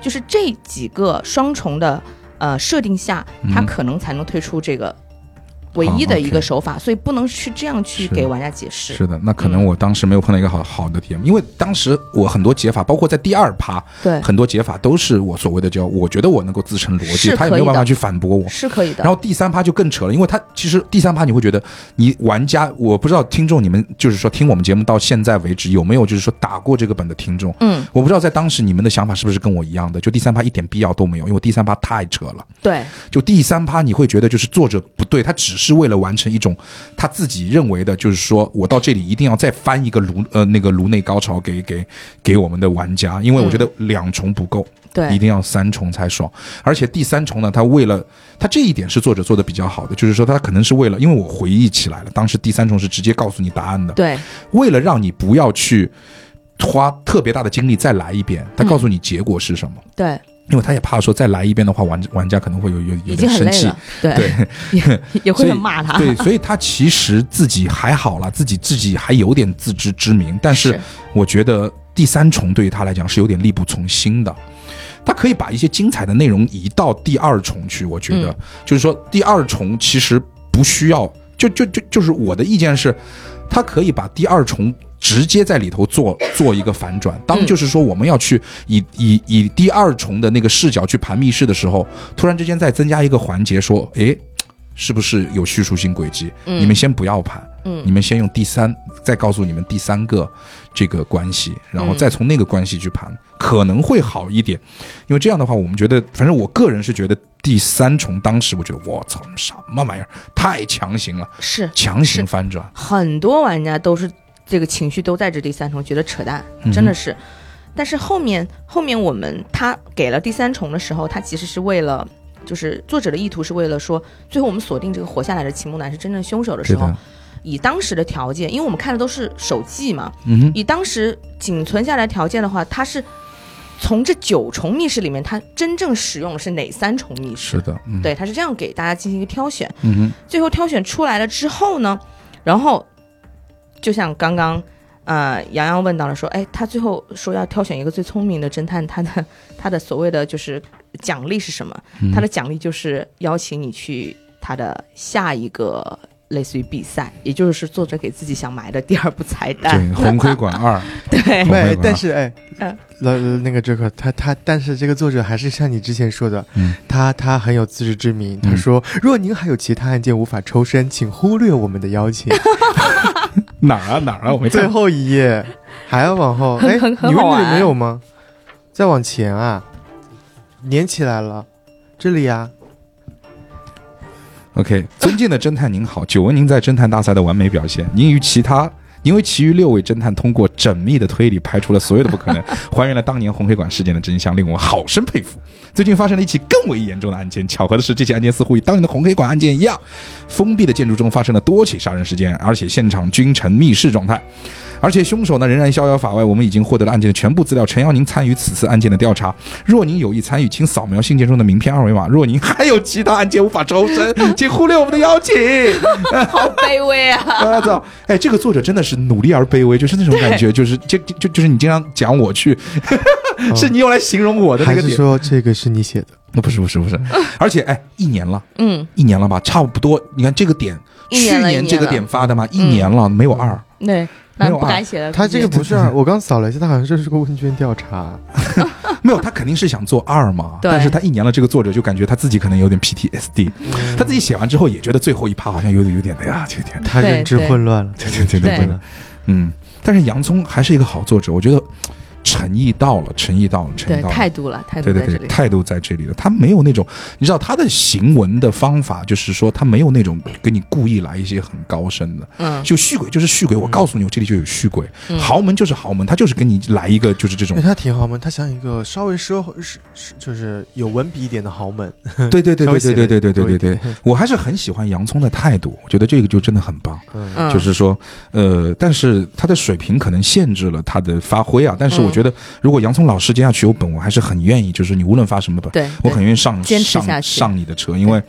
Speaker 1: 就是这几个双重的呃设定下，它
Speaker 2: 嗯
Speaker 1: 可能才能推出这个唯一的一
Speaker 2: 好
Speaker 1: 个
Speaker 2: 哦，OK
Speaker 1: 手法，所以不能去这样去
Speaker 2: 是
Speaker 1: 给玩家解释。
Speaker 2: 是的。那可
Speaker 1: 嗯
Speaker 2: 能我当时没有碰到一个好好的 DM，因为当时我很多解法，包括在第二趴，
Speaker 1: 对，
Speaker 2: 很多解法都是我所谓的叫我觉得我能够自成逻辑，
Speaker 1: 是
Speaker 2: 他也
Speaker 1: 可
Speaker 2: 没
Speaker 1: 以
Speaker 2: 有
Speaker 1: 的
Speaker 2: 办法去反驳我。
Speaker 1: 是可以的。
Speaker 2: 然后第三趴就更扯了，因为他其实第三趴你会觉得，你玩家我不知道听众你们就是说听我们节目到现在为止有没有就是说打过这个本的听众，
Speaker 1: 嗯，
Speaker 2: 我不知道在当时你们的想法是不是跟我一样的，就第三趴一点必要都没有，因为第三趴太扯了。
Speaker 1: 对，
Speaker 2: 就第三趴你会觉得就是作者不对，他只是为了完成一种他自己认为的，就是说我到这里一定要再翻一个颅呃那个颅内高潮给给给我们的玩家，因为我觉得两重不够，一
Speaker 1: 对，
Speaker 2: 定要三重才爽。而且第三重呢，他为了他这一点是作者做的比较好的，就是说他可能是为了，因为我回忆起来了，当时第三重是直接告诉你答案的，
Speaker 1: 对，
Speaker 2: 为了让你不要去花特别大的精力再来一遍，他告诉你结果是什么，
Speaker 1: 对，
Speaker 2: 因为他也怕说再来一遍的话，玩玩家可能会有有有
Speaker 1: 已经
Speaker 2: 点
Speaker 1: 很
Speaker 2: 生
Speaker 1: 累
Speaker 2: 气
Speaker 1: 了。，对，
Speaker 2: 对
Speaker 1: 也也
Speaker 2: 所
Speaker 1: 会
Speaker 2: 以
Speaker 1: 很骂他。
Speaker 2: 对，所以他其实自己还好啦，自己自己还有点自知之明，但是
Speaker 1: 是
Speaker 2: 我觉得第三重对于他来讲是有点力不从心的。他可以把一些精彩的内容移到第二重去，我觉得、
Speaker 1: 嗯
Speaker 2: 就是说第二重其实不需要，就就就就是我的意见是，他可以把第二重直接在里头做做一个反转。当
Speaker 1: 嗯
Speaker 2: 就是说我们要去以以以第二重的那个视角去盘密室的时候，突然之间再增加一个环节，说，诶，是不是有叙述性轨迹？
Speaker 1: 嗯
Speaker 2: 你们先不要盘，
Speaker 1: 嗯
Speaker 2: 你们先用第三，再告诉你们第三个这个关系，然后
Speaker 1: 嗯
Speaker 2: 再从那个关系去盘，可能会好一点。因为这样的话，我们觉得，反正我个人是觉得第三重当时我觉得，我操，什么玩意儿，太强行了，
Speaker 1: 是
Speaker 2: 强
Speaker 1: 是
Speaker 2: 行翻转，
Speaker 1: 很多玩家都是这个情绪都在这第三重，觉得扯淡
Speaker 2: 嗯哼，
Speaker 1: 真的是。但是后面后面我们他给了第三重的时候，他其实是为了，就是作者的意图是为了说，最后我们锁定这个活下来的秦木男是真正凶手的时
Speaker 2: 对
Speaker 1: 候
Speaker 2: 的，，
Speaker 1: 以当时的条件，因为我们看的都是手记嘛，
Speaker 2: 嗯哼，
Speaker 1: 以当时仅存下来条件的话，他是从这九重密室里面，他真正使用的是哪三重密室？
Speaker 2: 是的，嗯，，
Speaker 1: 对，他是这样给大家进行一个挑选。
Speaker 2: 嗯哼。
Speaker 1: 最后挑选出来了之后呢，然后就像刚刚呃洋洋问到了说，哎，他最后说要挑选一个最聪明的侦探，他的他的所谓的就是奖励是什么？
Speaker 2: 嗯
Speaker 1: 他的奖励就是邀请你去他的下一个类似于比赛，也就是作者给自己想埋的第二部彩蛋。
Speaker 2: 对，红盔馆二，
Speaker 1: 对
Speaker 2: 我没
Speaker 3: 对
Speaker 2: 有，
Speaker 3: 但是哎
Speaker 1: 嗯，
Speaker 3: 老那个这个他他，但是这个作者还是像你之前说的
Speaker 2: 嗯，
Speaker 3: 他他很有自知之明。他
Speaker 2: 嗯
Speaker 3: 说，若您还有其他案件无法抽身，请忽略我们的邀 请。
Speaker 2: 哪儿啊哪儿啊，我没
Speaker 3: 最
Speaker 2: 看。
Speaker 3: 后一页还要往后，哎，
Speaker 1: 很很
Speaker 3: 你
Speaker 1: 好
Speaker 3: 问这里
Speaker 1: 玩
Speaker 3: 没有吗？再往前啊，粘起来了，这里啊呀、
Speaker 2: OK，尊敬的侦探您好，久闻您在侦探大赛的完美表现，您与其他。您为其余六位侦探通过缜密的推理排除了所有的不可能，还原了当年红黑馆事件的真相，令我好生佩服。最近发生了一起更为严重的案件，巧合的是，这起案件似乎与当年的红黑馆案件一样，封闭的建筑中发生了多起杀人事件，而且现场均呈密室状态。而且凶手呢仍然逍遥法外。我们已经获得了案件的全部资料，诚邀您参与此次案件的调查。若您有意参与，请扫描信件中的名片二维码。若您还有其他案件无法抽身，请忽略我们的邀请。哎
Speaker 1: 好卑微啊！
Speaker 2: 我操！哎，这个作者真的是努力而卑微，就是那种感 觉，就是就就就是你经常讲我去， 是你用来形容我的那
Speaker 3: 还
Speaker 2: 个
Speaker 3: 是
Speaker 2: 点。
Speaker 3: 说这个是你写的？
Speaker 2: 不是不是不是，而且哎，一年了，
Speaker 1: 嗯，
Speaker 2: 一年了吧，差不多。你看这个点，
Speaker 1: 一
Speaker 2: 去
Speaker 1: 年了一
Speaker 2: 年
Speaker 1: 年
Speaker 2: 这个
Speaker 1: 了
Speaker 2: 点发的嘛，一
Speaker 1: 嗯
Speaker 2: 年了没有二。
Speaker 1: 对，
Speaker 2: 没
Speaker 1: 那
Speaker 2: 有
Speaker 1: 不
Speaker 2: 啊
Speaker 1: 敢写了。
Speaker 3: 他这个
Speaker 1: 估计
Speaker 3: 不是啊，我刚扫了一下，他好像就是个问卷调查。
Speaker 2: 没有，他肯定是想做二嘛，
Speaker 1: 对嗯
Speaker 2: 但是他一年了，这个作者就感觉他自己可能有点 PTSD，、他自己写完之后也觉得最后一趴好像有点有点的呀，这点，
Speaker 3: 他
Speaker 1: 对
Speaker 3: 认知
Speaker 1: 对
Speaker 3: 混乱了，
Speaker 2: 对对对
Speaker 1: 对
Speaker 3: 混乱。
Speaker 2: 嗯，但是洋葱还是一个好作者，我觉得诚意到了，诚意到了，诚意
Speaker 1: 对
Speaker 2: 到了。
Speaker 1: 态度了，态度
Speaker 2: 对
Speaker 1: 在
Speaker 2: 对
Speaker 1: 这
Speaker 2: 对，
Speaker 1: 里。
Speaker 2: 态度在这里了。他没有那种，你知道他的行文的方法，就是说他没有那种给你故意来一些很高深的，
Speaker 1: 嗯，
Speaker 2: 就续鬼就是续鬼，我告诉你，我这里就有续鬼，
Speaker 1: 嗯
Speaker 2: 豪门就是豪门，他就是给你来一个就是这 种
Speaker 3: 因为，哎他挺豪门，他想一个稍微奢是是就是有文笔一点的豪门。
Speaker 2: 对对对
Speaker 3: 稍
Speaker 2: 对
Speaker 3: 微写
Speaker 2: 对
Speaker 3: 得
Speaker 2: 对对对对对
Speaker 3: 多一
Speaker 2: 对
Speaker 3: 点，
Speaker 2: 我还是很喜欢洋葱的态度，我觉得这个就真的很棒。
Speaker 3: 嗯，
Speaker 1: 嗯
Speaker 2: 就是说，呃，但是他的水平可能限制了他的发挥啊。但
Speaker 1: 嗯
Speaker 2: 是我觉得，如果洋葱老师接下去有本，我还是很愿意，就是你无论发什么本，
Speaker 1: 对，
Speaker 2: 我
Speaker 1: 对
Speaker 2: 很愿意上
Speaker 1: 坚持下
Speaker 2: 上
Speaker 1: 去
Speaker 2: 上你的车，因为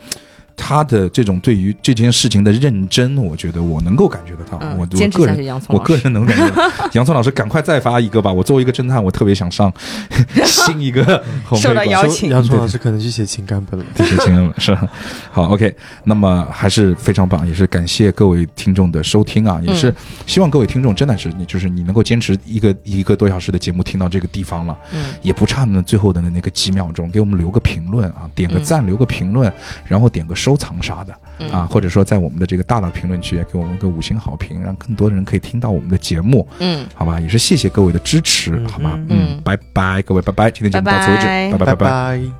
Speaker 2: 他的这种对于这件事情的认真，我觉得我能够感觉得到。
Speaker 1: 嗯
Speaker 2: 我我
Speaker 1: 坚持
Speaker 2: 个
Speaker 1: 下
Speaker 2: 人
Speaker 1: 去，洋葱
Speaker 2: 我
Speaker 1: 老师。
Speaker 2: 个人能感觉到，洋葱老师赶快再发一个吧！我作为一个侦探，我特别想上 新一个红
Speaker 1: 受
Speaker 2: 黑
Speaker 1: 到
Speaker 2: 馆
Speaker 1: 邀
Speaker 3: 杨
Speaker 1: 请
Speaker 3: 杨
Speaker 2: 对
Speaker 3: 春
Speaker 2: 对
Speaker 3: 老师可能去写情感本了。
Speaker 2: 谢谢亲人们，是 好 OK。那么还是非常棒，也是感谢各位听众的收听啊，
Speaker 1: 嗯
Speaker 2: 也是希望各位听众真的是你就是你能够坚持一个一个多小时的节目听到这个地方了，
Speaker 1: 嗯，
Speaker 2: 也不差那最后的那个几秒钟，给我们留个评论啊，点个赞，留个评论，然后点个收藏啥的
Speaker 1: 嗯
Speaker 2: 啊，或者说在我们的这个大大评论区也啊给我们个五星好评，让更多的人可以听到我们的节目，
Speaker 1: 嗯，
Speaker 2: 好吧？也是谢谢各位的支持，
Speaker 3: 嗯
Speaker 2: 好吗？
Speaker 1: 嗯
Speaker 2: 嗯，拜拜，各位拜拜，今天节目到此为止，
Speaker 1: 拜拜
Speaker 2: 拜拜拜。
Speaker 3: 拜。